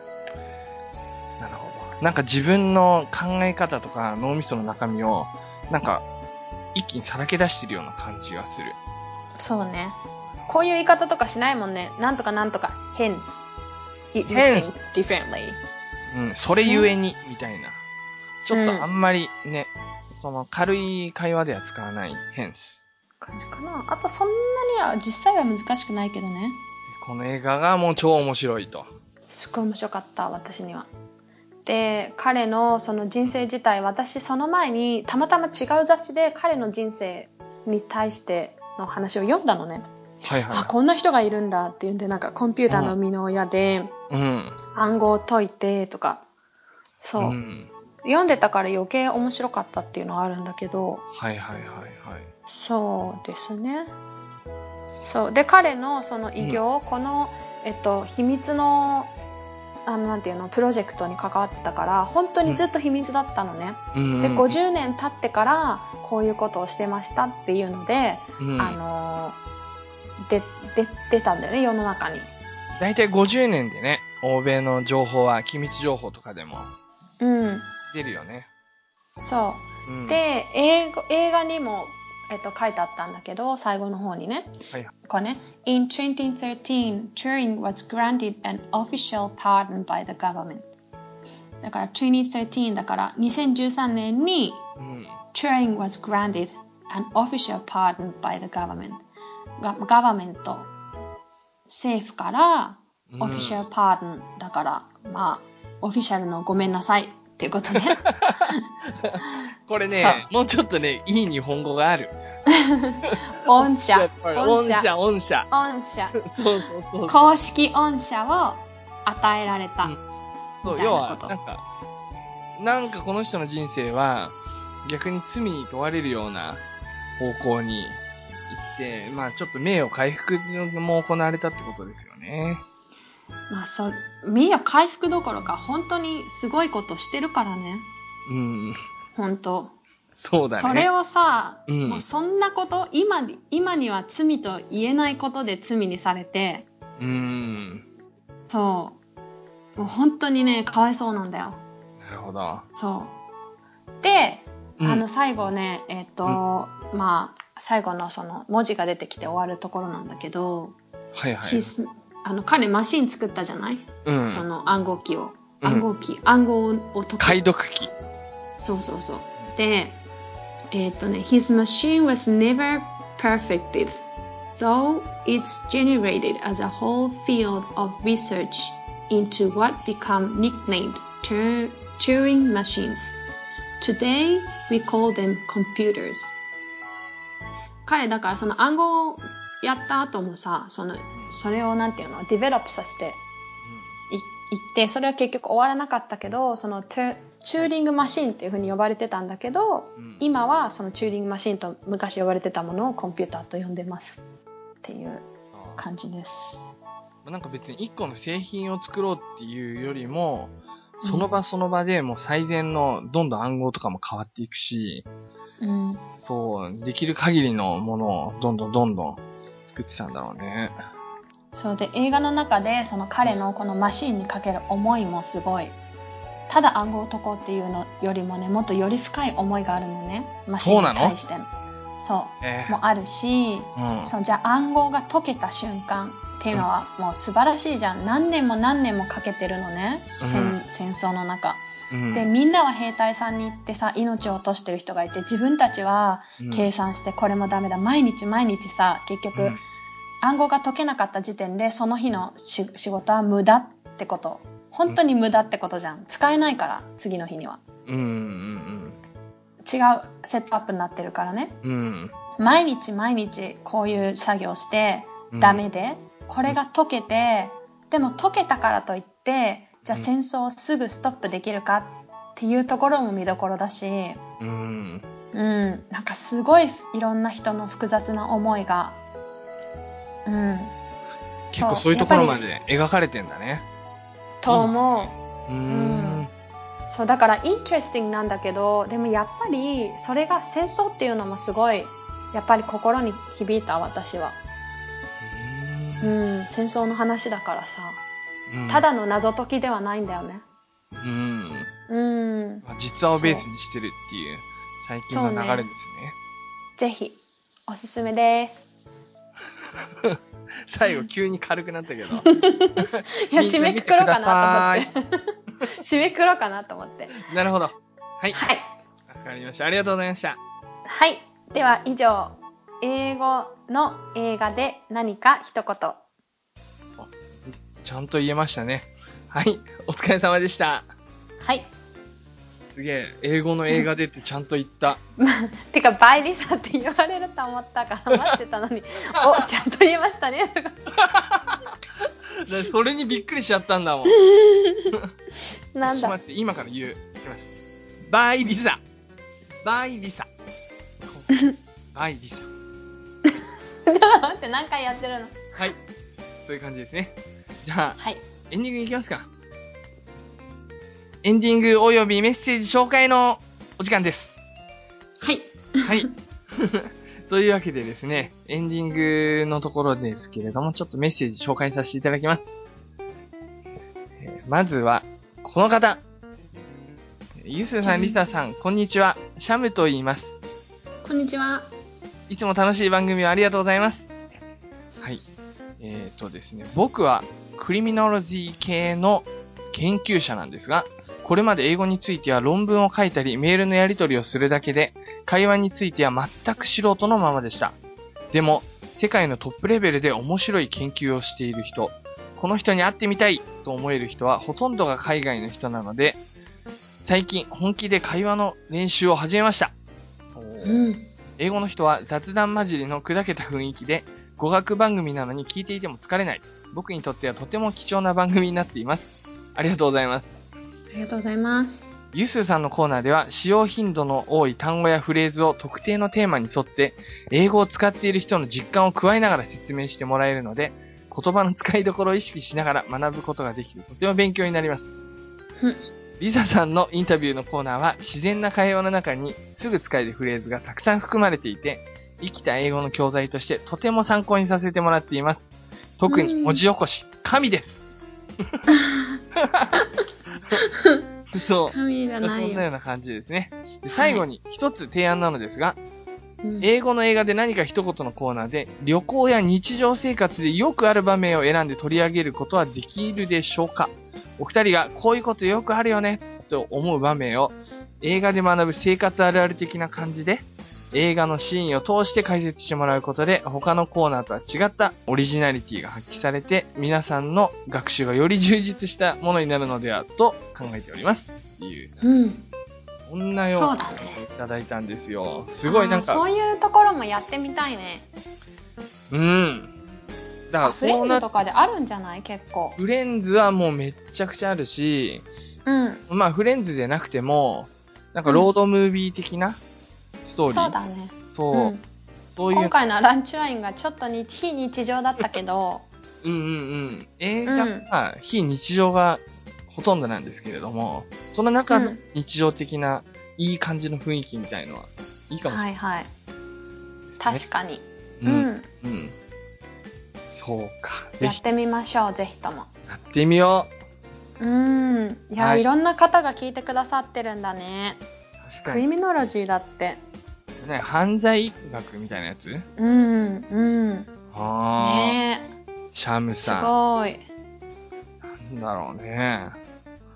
A: なるほど。なんか自分の考え方とか脳みその中身を、なんか、一気にさらけ出してるような感じがする。
B: そうねこういう言い方とかしないもんねなんとかなんとか hence it would
A: Hence
B: think differently
A: うん、それゆえに、みたいな。ちょっ
B: うん
A: とあんまりね、その軽い会話では使わない変です。
B: 感じかなあとそんなには実際は難しくないけどね
A: この映画がもう超面白いと。
B: すごい面白かった私にはで彼のその人生自体私その前にたまたま違う雑誌で彼の人生に対しての話を読んだのね、
A: はいはい
B: あ。こんな人がいるんだっていうんでなんかコンピューターの生みの親で
A: うん。
B: 暗号を解いてとかそう、
A: ん。
B: 読んでたから余計面白かったっていうのはあるんだけど
A: はいはいはいはい。
B: そうですねそうで彼のその偉業、この、えっと、秘密のあのなんていうのプロジェクトに関わってたから本当にずっと秘密だったのね、
A: うん、
B: で50年経ってからこういうことをしてましたっていうので、
A: うん、
B: あのでで出たんだよね世の中に。
A: だいたい50年でね、欧米の情報は機密情報とかでも
B: うん、
A: 出るよね。
B: そうう。
A: ん、
B: で、英語映画にも、えっと、書いてあったんだけど、最後の方にね。
A: はいはい
B: これね。In 2013, Turing was granted an official pardon by the government. だから2013だから2013年に
A: うん。
B: Turing was granted an official pardon by the government. が、ガバメント、政府から
A: うん
B: official pardon だから、まあ、オフィシャルのごめんなさいっていうことね。
A: これね
B: さ、
A: もうちょっとね、いい日本語がある。
B: 御社、
A: 御
B: 御社、
A: 社、御社。
B: 御社、
A: そうそうそう。
B: 公式御社を与えられた。
A: そう、
B: みたい
A: 要
B: な
A: は、
B: こと
A: なんか、なんかこの人の人生は、逆に罪に問われるような方向に行って、まあちょっと名誉回復も行われたってことですよね。
B: まあ、そみんな回復どころか、本当にすごいことしてるからね。
A: うん。
B: 本当。
A: そうだね。
B: それをさ、
A: うん
B: もうそんなこと、今に、今には罪と言えないことで罪にされて、
A: うん。
B: そう。もう本当にね、かわいそうなんだよ。
A: なるほど。
B: そう。で、
A: うん
B: あの、最後ね、えっ、と、まあ、最後のその文字が出てきて終わるところなんだけど、
A: はいはい。
B: His- あの彼マシン作ったじゃない、
A: うん。
B: その暗号機を
A: うん
B: 暗号機、暗号を解く
A: 解読機。
B: そうそうそうでえーっとね「His machine was never perfected though it's generated as a whole field of research into what become nicknamed Tur- Turing machines today we call them computers」彼だからその暗号をやった後もさそのそれをなんていうのディベロップさせてい行ってそれは結局終わらなかったけどそのトゥチューリングマシンっていうふうに呼ばれてたんだけど
A: うん
B: 今はそのチューリングマシンと昔呼ばれてたものをコンピューターと呼んでますっていう
A: あ
B: 感じです。
A: ーなんか別に一個の製品を作ろうっていうよりも、その場その場でもう最善のどんどん暗号とかも変わっていくし、
B: うん、
A: そう、できる限りのものをどんどんどんどん作ってたんだろうね。
B: そうで映画の中でその彼のこのマシンにかける思いもすごいただ暗号を解こうっていうのよりもねもっとより深い思いがあるのねマシンに対してのそ
A: え
B: うもあるし
A: えうん。
B: そうじゃあ暗号が解けた瞬間っていうのはもう素晴らしいじゃん何年も何年もかけてるのね、戦
A: うん
B: 戦争の中、
A: うん
B: でみんなは兵隊さんに行ってさ命を落としてる人がいて自分たちは
A: うん
B: 計算してこれもダメだ毎日毎日さ結局、
A: うん
B: 暗号が解けなかった時点でその日のし仕事は無駄ってこと本当に無駄ってことじゃん使えないから次の日には
A: うんうん
B: 違うセットアップになってるからね
A: うん。うん。
B: 毎日毎日こういう作業して
A: うん
B: ダメで、これが解けてでも解けたからといってじゃあ
A: うん
B: 戦争をすぐストップできるかっていうところも見どころだし
A: うん。
B: うん、なんかすごいいろんな人の複雑な思いが、うん、
A: 結構そういうところま
B: やっ
A: で描かれてんだね。
B: ぱりと思
A: うーん。
B: う、そうだからインテレスティングなんだけどでもやっぱりそれが戦争っていうのもすごいやっぱり心に響いた私は、う、
A: うん
B: 戦争の話だからさ
A: ーん
B: た、だの謎解きではないんだよね
A: うん。
B: うん
A: まあ実話をベースにしてるっていう、最近の流れですね。
B: ぜひおすすめ です
A: 最後急に軽くなったけど。
B: いや
A: みん
B: 締め
A: 見て
B: くくろうかなと
A: くださ
B: 思って締めくくろうかなと思って
A: いなるほど。はい。
B: はい
A: わかりました。ありがとうございました。
B: はい。では以上、英語の映画で何か一言。
A: ちゃんと言えましたね。はい。お疲れ様でした。
B: はい。
A: すげえ。英語の映画でってちゃんと言った。
B: てか、バイリサって言われると思ったから待ってた のに、お、ちゃんと言えましたね。
A: だからそれにびっくりしちゃったんだもん。
B: な
A: ちょ
B: ん
A: っと
B: だ
A: 待。って、今から言う。いきます。バイリサ。バイリ サ。バイリサ。
B: 待って、何回やってるの
A: はい。そういう感じですね。じゃあ、
B: はい。
A: エンディングいきますか。エンディングおよびメッセージ紹介のお時間です。
B: はい。
A: はい。 というわけでですね、エンディングのところですけれども、ちょっとメッセージ紹介させていただきます。えーまずは、この方。ゆうすーさん、りささん、こんにちは。シャムと言います。
B: こんにちは。
A: いつも楽しい番組をありがとうございます。はい。えっ、とですね、僕はクリミノロジー系の研究者なんですが、これまで英語については論文を書いたり、メールのやり取りをするだけで、会話については全く素人のままでした。でも、世界のトップレベルで面白い研究をしている人、この人に会ってみたいと思える人はほとんどが海外の人なので、最近本気で会話の練習を始めました。
B: うん。
A: 英語の人は雑談混じりの砕けた雰囲気で、語学番組なのに聞いていても疲れない。僕にとってはとても貴重な番組になっています。ありがとうございます。
B: ありがとうございます。
A: ゆすーさんのコーナーでは、使用頻度の多い単語やフレーズを特定のテーマに沿って、英語を使っている人の実感を加えながら説明してもらえるので、言葉の使いどころを意識しながら学ぶことができて、とても勉強になります
B: うん。
A: リサさんのインタビューのコーナーは、自然な会話の中にすぐ使えるフレーズがたくさん含まれていて、生きた英語の教材としてとても参考にさせてもらっています。特に文字起こし、神です。そう。
B: 神がな
A: そ
B: い
A: んな
B: よ。
A: ような感じですね。で最後に一つ提案なのですが、
B: うん
A: 英語の映画で何か一言のコーナーで、旅行や日常生活でよくある場面を選んで取り上げることはできるでしょうかお二人がこういうことよくあるよねと思う場面を映画で学ぶ生活あるある的な感じで映画のシーンを通して解説してもらうことで他のコーナーとは違ったオリジナリティが発揮されて皆さんの学習がより充実したものになるのではと考えております。っていう
B: うん。
A: そんなよう
B: そ
A: な
B: うだね
A: いただいたんですよ。すごいなん
B: あー
A: か、
B: そういうところもやってみたいね。
A: うん。だから
B: フレ
A: そ
B: ン
A: うな
B: ズとかであるんじゃない結構。
A: フレンズはもうめっちゃくちゃあるし、
B: うん。
A: まあフレンズでなくても、なんかロードムービー的なストー
B: そう
A: リー。
B: だね。
A: そうう、
B: ん。
A: そういう
B: 今、回のランチワインがちょっと日非日常だったけど、
A: うんうんうん。映画は非日常がほとんどなんですけれども、その中
B: う
A: の
B: ん
A: 日常的ないい感じの雰囲気みたいのはいいかもしれない
B: はいはい
A: です
B: 確
A: ね。
B: かに、
A: う。
B: うんん
A: うん。そうか。ぜ
B: や
A: ひ
B: ってみましょうぜひとも
A: やってみよう。
B: うんいや、
A: はい
B: い、ろんな方が聞いてくださってるんだね
A: 確か
B: ク
A: に
B: リ。ミノロジーだって
A: ね、犯罪学みたいなやつ
B: うんうん
A: ああ、
B: ね
A: シャム
B: えす
A: さ
B: ごい
A: ん。なんだろうね。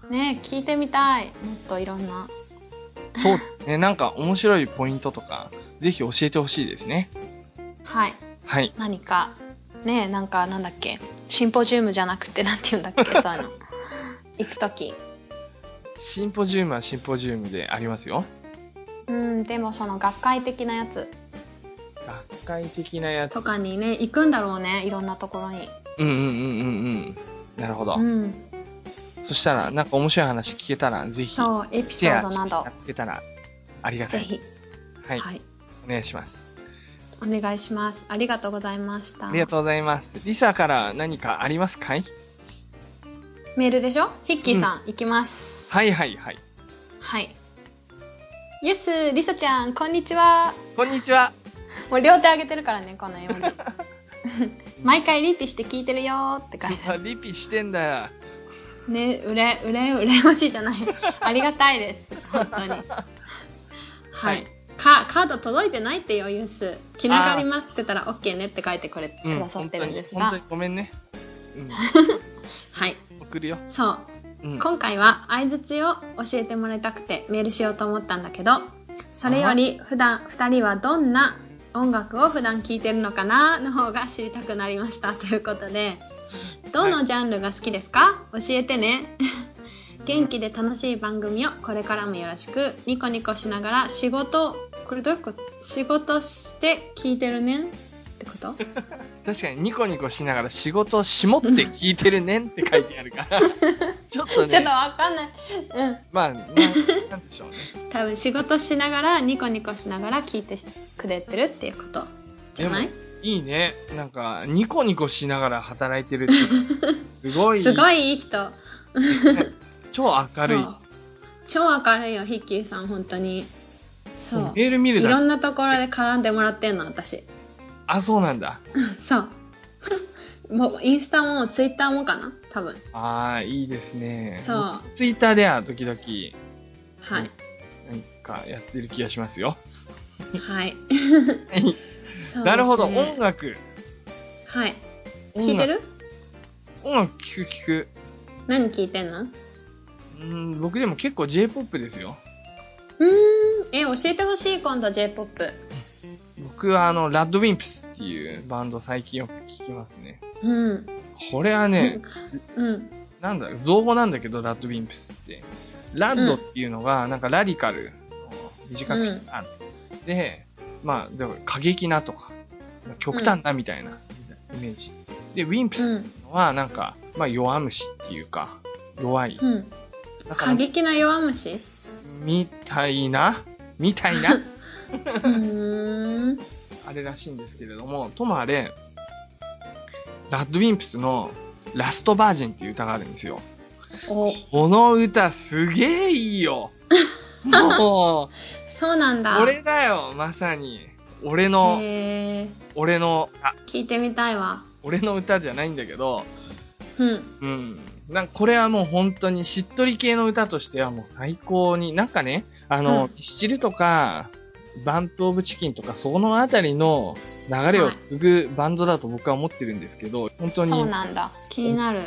B: ねえ聞いてみたいもっといろんな
A: そうですね。なんか面白いポイントとか、ぜひ教えてほしいですね。
B: はい
A: はい。
B: 何かねえなんかなんだっけシンポジウムじゃなくてなんて言うんだっけそういうの行くとき。
A: シンポジウムはシンポジウムでありますよ。
B: うん、でもその学会的なやつ
A: 学会的なやつ。
B: とかにね、行くんだろうね、いろんなところに。
A: うんうんうんうんうん。なるほど。
B: うん。
A: そしたら、なんか面白い話聞けたら、ぜひ、
B: そう、エピ
A: シ
B: ソ
A: ェ
B: ー
A: ア
B: ド
A: し
B: な
A: てや
B: ど
A: っ、てたら、ありがた
B: ぜ
A: い。
B: ひ、
A: はい、
B: はい。
A: お願いします。
B: お願いします。ありがとうございました。
A: ありがとうございます。リサから何かありますかい
B: メールでしょヒッキーさん、行きます。
A: はいはいはい。
B: はい。イエス、リサちゃん、こんにちは。
A: こんにちは。
B: もう両手上げてるからね、この絵 文字。毎回リピして聞いてるよーって感じ。
A: リピしてんだよ。
B: ね、うれ、うれ、うれましいじゃ ない。ありがたいです。本当に。は
A: はい
B: い。かカード届いてないってよ、ユース。気ながりますって言ったら OK ねって書いてくれ、
A: う
B: く
A: ん、
B: ださっ
A: 本
B: て
A: 当
B: るん
A: に
B: です
A: 本
B: が
A: 当。にごめんね。
B: はい。
A: うん、送るよ。
B: そう。
A: うん。
B: 今回は相槌を教えてもらいたくてメールしようと思ったんだけどそれより普段2人はどんな音楽を普段聴いてるのかなの方が知りたくなりましたということでどのジャンルが好きですか教えてね 元気で楽しい番組をこれからもよろしくニコニコしながら仕事これどういうこと仕事して聴いてるねんってこと
A: 確かにニコニコしながら仕事をしもって聞いてるねんって書いてある から。ちょっとね、
B: ちょっとわかんないうん
A: まあ、ななんでしょうね。
B: 多分仕事しながらニコニコしながら聞いてくれてるっていうことじゃない
A: でいいね。なんか、ニコニコしながら働いてる って、すごい、
B: すごいいい人
A: 超明るい。
B: そう超明るいよヒッキーさん本当にそう
A: メール見る
B: いろ
A: だ
B: んなところで絡んでもらってんの私
A: あ、そうなんだ。
B: そうもうイ ンスタもツイッターもかな多分
A: ああ、いいですね。
B: そうは
A: ツイッターでは時々、
B: い
A: なんかやってる気がしますよ。
B: はい
A: はい
B: そ う
A: なるほど、
B: ですね
A: 音楽。
B: はい
A: 音
B: 聞いて
A: 楽
B: る
A: 音楽聞く聞く。
B: 何聞いてんのう
A: うん、僕でも結構 J-POP ですよ。
B: ーんえ教えてほしい今度 j p o p
A: 僕はあの、ラッドウィンプスっていうバンド最近よく聞きますね。
B: うん
A: これはね、
B: うん
A: なんだ、造語なんだけど、ラッドウィンプスって。ラッドっていうのが、なんかラディカルを短くしたな、で、まあ、だから過激なとか、極端なみたいなイメージ。で、ウィンプ
B: う
A: スっ
B: ん
A: ていうのは、なんか、まあ弱虫っていうか、弱い。
B: うん
A: だか
B: 過
A: ら、
B: 激な弱虫う
A: みたいな、みたいな、
B: ーん。
A: あれらしいんですけれども、ともあれ、ラッドウィンプスのラストバージンっていう歌があるんですよ。
B: お、
A: この歌すげえいいよもう、
B: そうなんだ。
A: 俺だよ、まさに。俺の、
B: へー
A: 俺の、あ、
B: 聞いてみたいわ。
A: 俺の歌じゃないんだけど、
B: うん。
A: うん。なんかこれはもう本当にしっとり系の歌としてはもう最高に、なんかね、あの、
B: うん
A: ミスチルとか、バンプオブチキンとか、そのあたりの流れを継ぐバンドだと僕は思ってるんですけど、本当
B: そう
A: に
B: なんだ。気になる。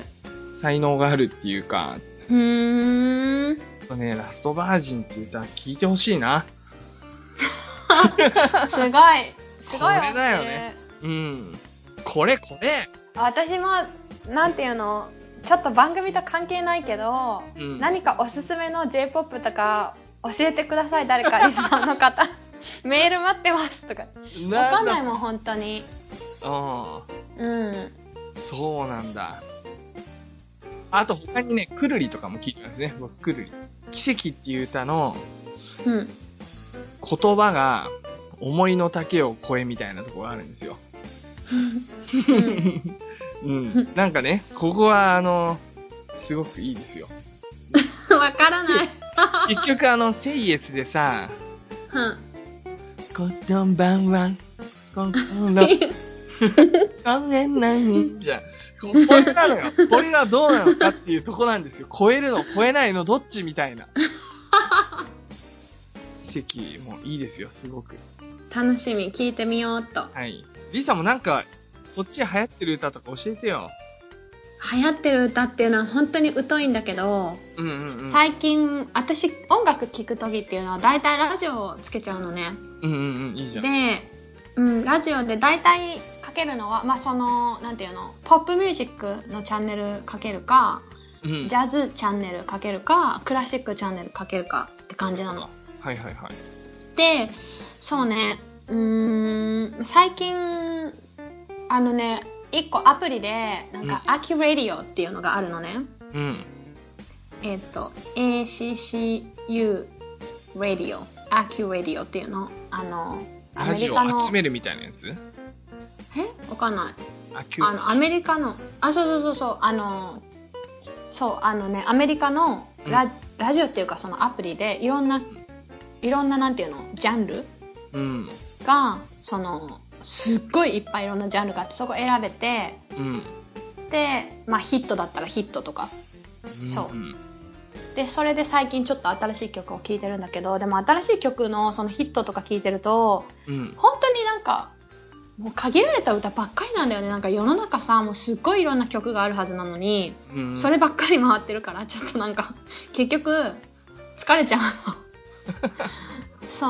A: 才能があるっていうか、
B: う ーん。
A: ちょっとね、ラストバージンっていう歌聞いてほしいな。
B: すごい。すごい
A: これだよねうん。これこれ
B: 推してる。私も、なんていうの、ちょっと番組と関係ないけど、
A: うん
B: 何かおすすめの J-POP とか教えてください、誰か、リスナー の方。メール待ってますとか。わかんないもん、本当に。
A: うん。
B: うん。
A: そうなんだ。あと他にね、くるりとかも聞いてますね。僕、くるり。奇跡っていう歌の
B: うん。
A: 言葉が思いの丈を超えみたいなところがあるんですよ。
B: うん
A: うん。なんかね、ここはあの、すごくいいです よ。
B: わからない。
A: 結局あの、セイエスでさ、
B: うん
A: こんばんは、こんば んは、こんばんは、じゃん。ここれなのよ。これがどうなのかっていうとこなんですよ。超えるの、超えないの、どっちみたい な。奇跡もいいですよ、すごく。
B: 楽しみ聞いてみようっと
A: はい。リサもなんか、そっち流行ってる歌とか教えてよ。
B: 流行ってる歌っていうのは本当に疎いんだけど、
A: うんうんうん。
B: 最近私音楽聴く時っていうのは大体ラジオをつけちゃうのね
A: うんうんうん、いいじゃん。
B: で、うん、ラジオで大体かけるのはまあそのなんていうのポップミュージックのチャンネルかけるか
A: うん
B: ジャズチャンネルかけるか、クラシックチャンネルかけるかって感じなの。
A: はいはいはい。
B: で、そうね、うーん、最近、あのね、一個アプリで、なんか、アキュレディオっていうのがあるのね。
A: うん。
B: えっ、と、ACCU Radio、アキュレディオっていうの。あの、ア
A: ラ
B: メ
A: ジ
B: リ
A: オ
B: カの
A: を集、めるみたいなやつ
B: えわかんない。
A: あ、キ
B: あの、アメリカの、あ、そうそうそうそう、あの、そう、あのね、アメリカのラ,、ラジオっていうか、そのアプリで、いろんな、いろんな、なんていうの、ジャンル
A: うん。
B: が、その、すっごいいっぱいいろんなジャンルがあって、そこ選べて、
A: うん。。
B: で、まあ、ヒットだったらヒットとか。そうんで、それで最近ちょっと新しい曲を聴いてるんだけど、でも新しい曲のそのヒットとか聴いてると、
A: うん。
B: 本当になんか、もう限られた歌ばっかりなんだよね。なんか世の中さ、もうすっごいいろんな曲があるはずなのに、
A: うん。
B: そればっかり回ってるから、ちょっとなんか、結局、疲れちゃう の。そ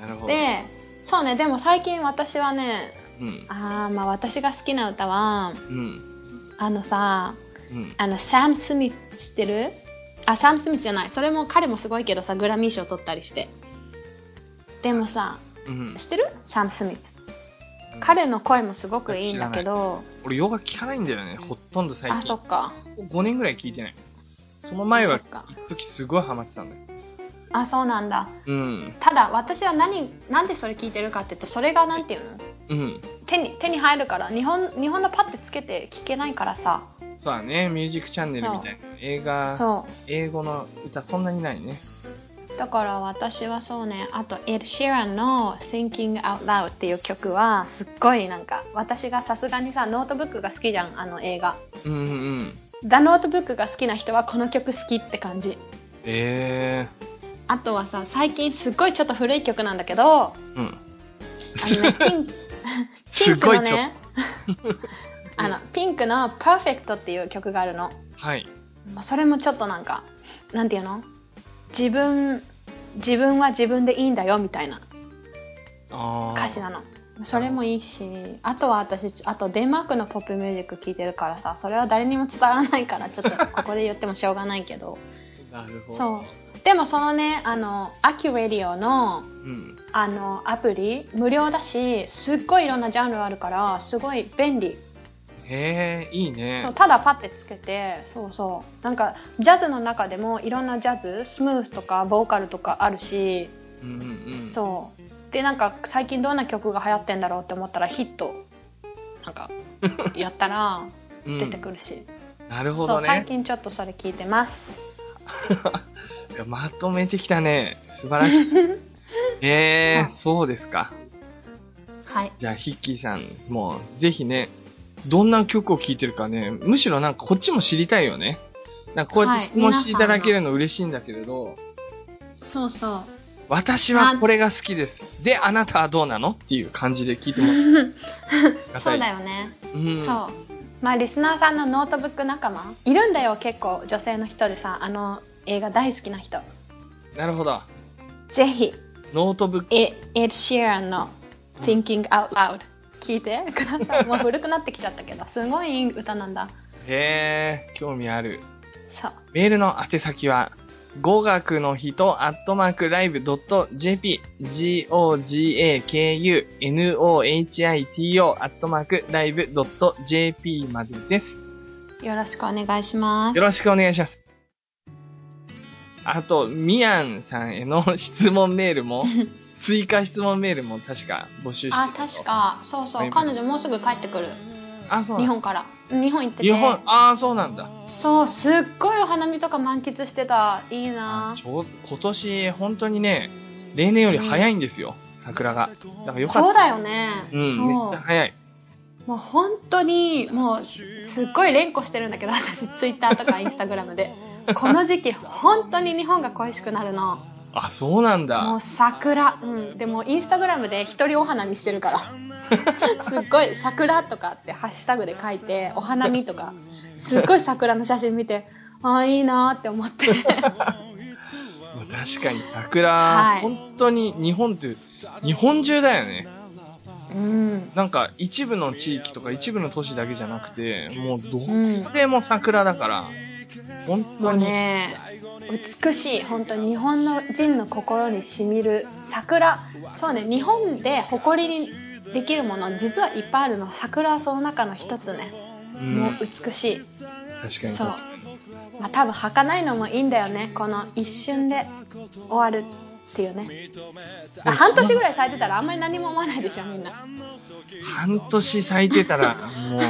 A: なるほ
B: う。
A: ど。
B: で、そうね、でも最近私はね、
A: うん。
B: あーまあ私が好きな歌は、
A: うん。
B: あのさ、
A: うん。
B: あの、サム・スミス知ってるあ、サム・スミスじゃない。それも彼もすごいけどさ、グラミー賞取ったりして。でもさ、
A: うん。
B: 知ってるサム・スミス。彼の声もすごくいいんだけど、
A: 俺、洋楽聞かないんだよね。ほとんど最近。
B: あ、そっか。
A: 5年ぐらい聞いてない。その前は
B: そっか、
A: 一時すごいハマってたんだよ。
B: あ、そうなんだ。
A: うん。
B: ただ、私は何、なんでそれ聞いてるかっていうと、それがなんていうの
A: うん。
B: 手に、手に入るから、日本、日本のパッてつけて聞けないからさ。
A: そうだね。ミュージックチャンネルみたいな。映画、
B: そ
A: 英語の歌、そんなにないね。
B: う。だから私はそうね、あと、エ d s h e r a n の Thinking Out Loud っていう曲は、すっごいなんか、私がさすがにさ、ノートブックが好きじゃん、あの映画。
A: うんうんうん。
B: ダノートブックが好きな人はこの曲好きって感じ。
A: え
B: あとはさ、最近すっごいちょっと古い曲なんだけど、あ
A: えー。うん。
B: のね、ピンピンクのね、 あの、ピンクの Perfect っていう曲があるの。
A: はい。
B: もうそれもちょっとなんか、なんていうの自分、自分は自分でいいんだよみたいな
A: ああ。
B: 歌詞なの。それもいいし、あとは私、あとデンマークのポップミュージック聴いてるからさ、それは誰にも伝わらないから、ちょっとここで言ってもしょうがないけ ど。
A: なるほど。
B: そうでもそのね、あの、アキュレディオの、
A: うん。
B: あの、アプリ、無料だし、すっごいいろんなジャンルあるから、すごい便利。
A: へえ、いいね。
B: そう、ただパッてつけて、そうそう。なんか、ジャズの中でもいろんなジャズ、スムーズとか、ボーカルとかあるし、
A: うんうんうん。
B: そう。で、なんか、最近どんな曲が流行ってんだろうって思ったら、ヒット、なん か、やったら、
A: うん
B: 出てくるし。
A: なるほ
B: そ
A: ど
B: う、最
A: ね。
B: 近ちょっとそれ聞いてます。
A: いやまとめてきたね。素晴らしい。ええ、そうですか。
B: はい。
A: じゃあ、ヒッキーさん、もう、ぜひね、どんな曲を聴いてるかね、むしろなんかこっちも知りたいよね。なんかこうやって質問していただけるの嬉しいんだけれど、
B: そうそう。
A: 私はこれが好きです。で、あなたはどうなのっていう感じで聞いてもら
B: そうだ
A: よ。
B: よね。
A: うん。
B: そう。まあリスナーさんのノートブック仲間いるんだよ結構女性の人でさあの映画大好きな人
A: なるほど。
B: ぜひ
A: ノートブック。
B: エエッシェアンの「Thinking Out Loud」聞いてください もう古くなってきちゃったけどすごいいい歌なんだ
A: へえ、興味ある。
B: そう
A: メールの宛先は、語学の人、アットマーク、ライブ、ドット、jp、gogaku, nohito, アットマーク、ライブ、ドット、jp までです。
B: よろしくお願いします
A: よろしくお願いします。あと、ミヤンさんへの質問メール も、追加質問メールも確か募集してる
B: あ確。かそうそう彼女もうすぐ帰ってくる
A: あ、そう
B: 日
A: なんだ。
B: 本から日本行って
A: 日
B: て
A: 本、ああ、そうなんだ。
B: そうすっごいお花見とか満喫してたいいな
A: ちょう今年、本当にね、例年より早いんですよ、桜が。だからよかった
B: そう。だよね、
A: うん、めっ
B: そう
A: ちゃ早い。
B: もう本当にもうすっごい連呼してるんだけど私ツイッターとかインスタグラムでこの時期本当に日本が恋しくなるの
A: あ、そうなん
B: も
A: だ
B: う。桜うんでもインスタグラムで一人お花見してるからすっごい桜とかってハッシュタグで書いてお花見とかすっごい桜の写真見てああいいなーって思って
A: 確かに桜、
B: はい
A: 本当に日本って、日本中だよね。
B: うん
A: なんか一部の地域とか一部の都市だけじゃなくて、もうど
B: うん
A: こでも桜だから、
C: 本
B: も
C: 当
B: う
C: に。
B: ね美しい本当に日本の人の心にしみる桜そうね日本で誇りにできるもの実はいっぱいあるの桜はその中の一つね
A: うん
B: もう美しい、
A: 確かに
B: そう
A: 確かに
B: まあ、多分儚いのもいいんだよねこの一瞬で終わるっていうねあ半年ぐらい咲いてたらあんまり何も思わないでしょみんな
A: 半年咲いてたら、もう、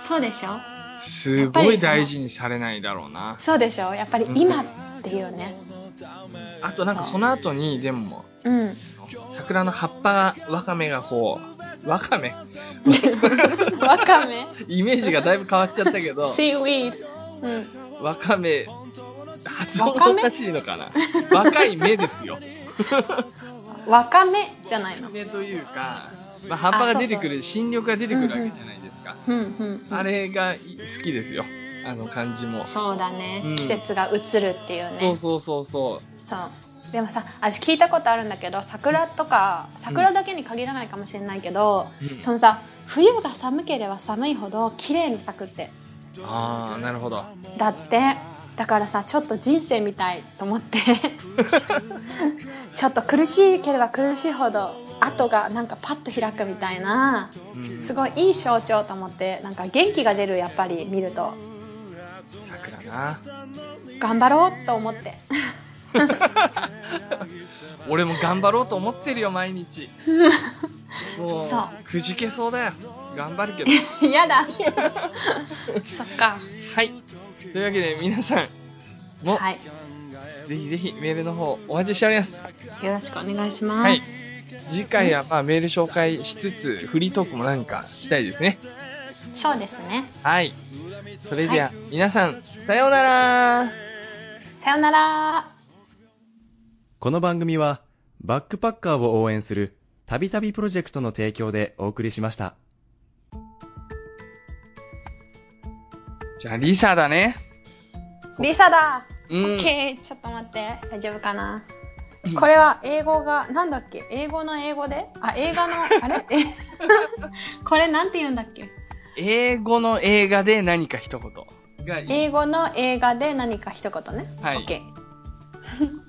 B: そうでしょ
A: すごい大事にされないだろうな。
B: そうでしょやっぱり今っていうね
A: あとなんかその後に、でも、
B: うん
A: 桜の葉っぱが、わかめがこう、わかめ
B: わかめ
A: イメージがだいぶ変わっちゃったけど、
B: シーウィードうん
A: わかめ、発音がおかしいのかな。若い芽ですよ。
B: わかめじゃないの。
A: 芽というか、まあ、葉っぱが出てく
B: あそうそう
A: る、新緑が出てくるわけじゃないですか。
B: うんうん、うん
A: あれがい好きですよ。あの感じも。
B: そうだね、
A: うん
B: 季節が移るっていうね
A: そうそうそうそう。
B: そうでもさ私聞いたことあるんだけど桜とか桜だけに限らないかもしれないけど、
A: うん
B: そのさ冬が寒ければ寒いほど綺麗に咲くって
A: ああ、なるほど。
B: だってだからさちょっと人生みたいと思って ちょっと苦しければ苦しいほど後がなんかパッと開くみたいな
A: うん
B: すごいいい象徴と思ってなんか元気が出るやっぱり見ると
A: 桜な。
B: 頑張ろうと思って。
A: 俺も頑張ろうと思ってるよ、毎 日。もう
B: そう、
A: くじけそうだよ。頑張る けど。
B: やだ。そっか。
A: はい。というわけで、皆さんも、
B: はい。
A: ぜひぜひメールの方お待ちしております。
B: よろしくお願いし
A: は
B: ま
A: い
B: す。。
A: 次回はまあメール紹介しつつ、フリートークもなんかしたいですね。
B: そうですね。
A: はい。それでは
B: は、
A: 皆さん、さようなら。
B: さよなら。
D: この番組は、バックパッカーを応援する、たびたびプロジェクトの提供でお送りしました。
A: じゃあ、リサだね。
B: リサだ。
A: う
B: オ
A: ん
B: ッ。ケー。ちょっと待って。大丈夫かな
A: うん。
B: これは英語が、なんだっけ英語の英語であ、映画の、あ れえこれなんて言うんだっけ
A: 英語の映画で何か一言がいい。
B: 英語の映画で何か一言ね。
A: はい
B: オッケー。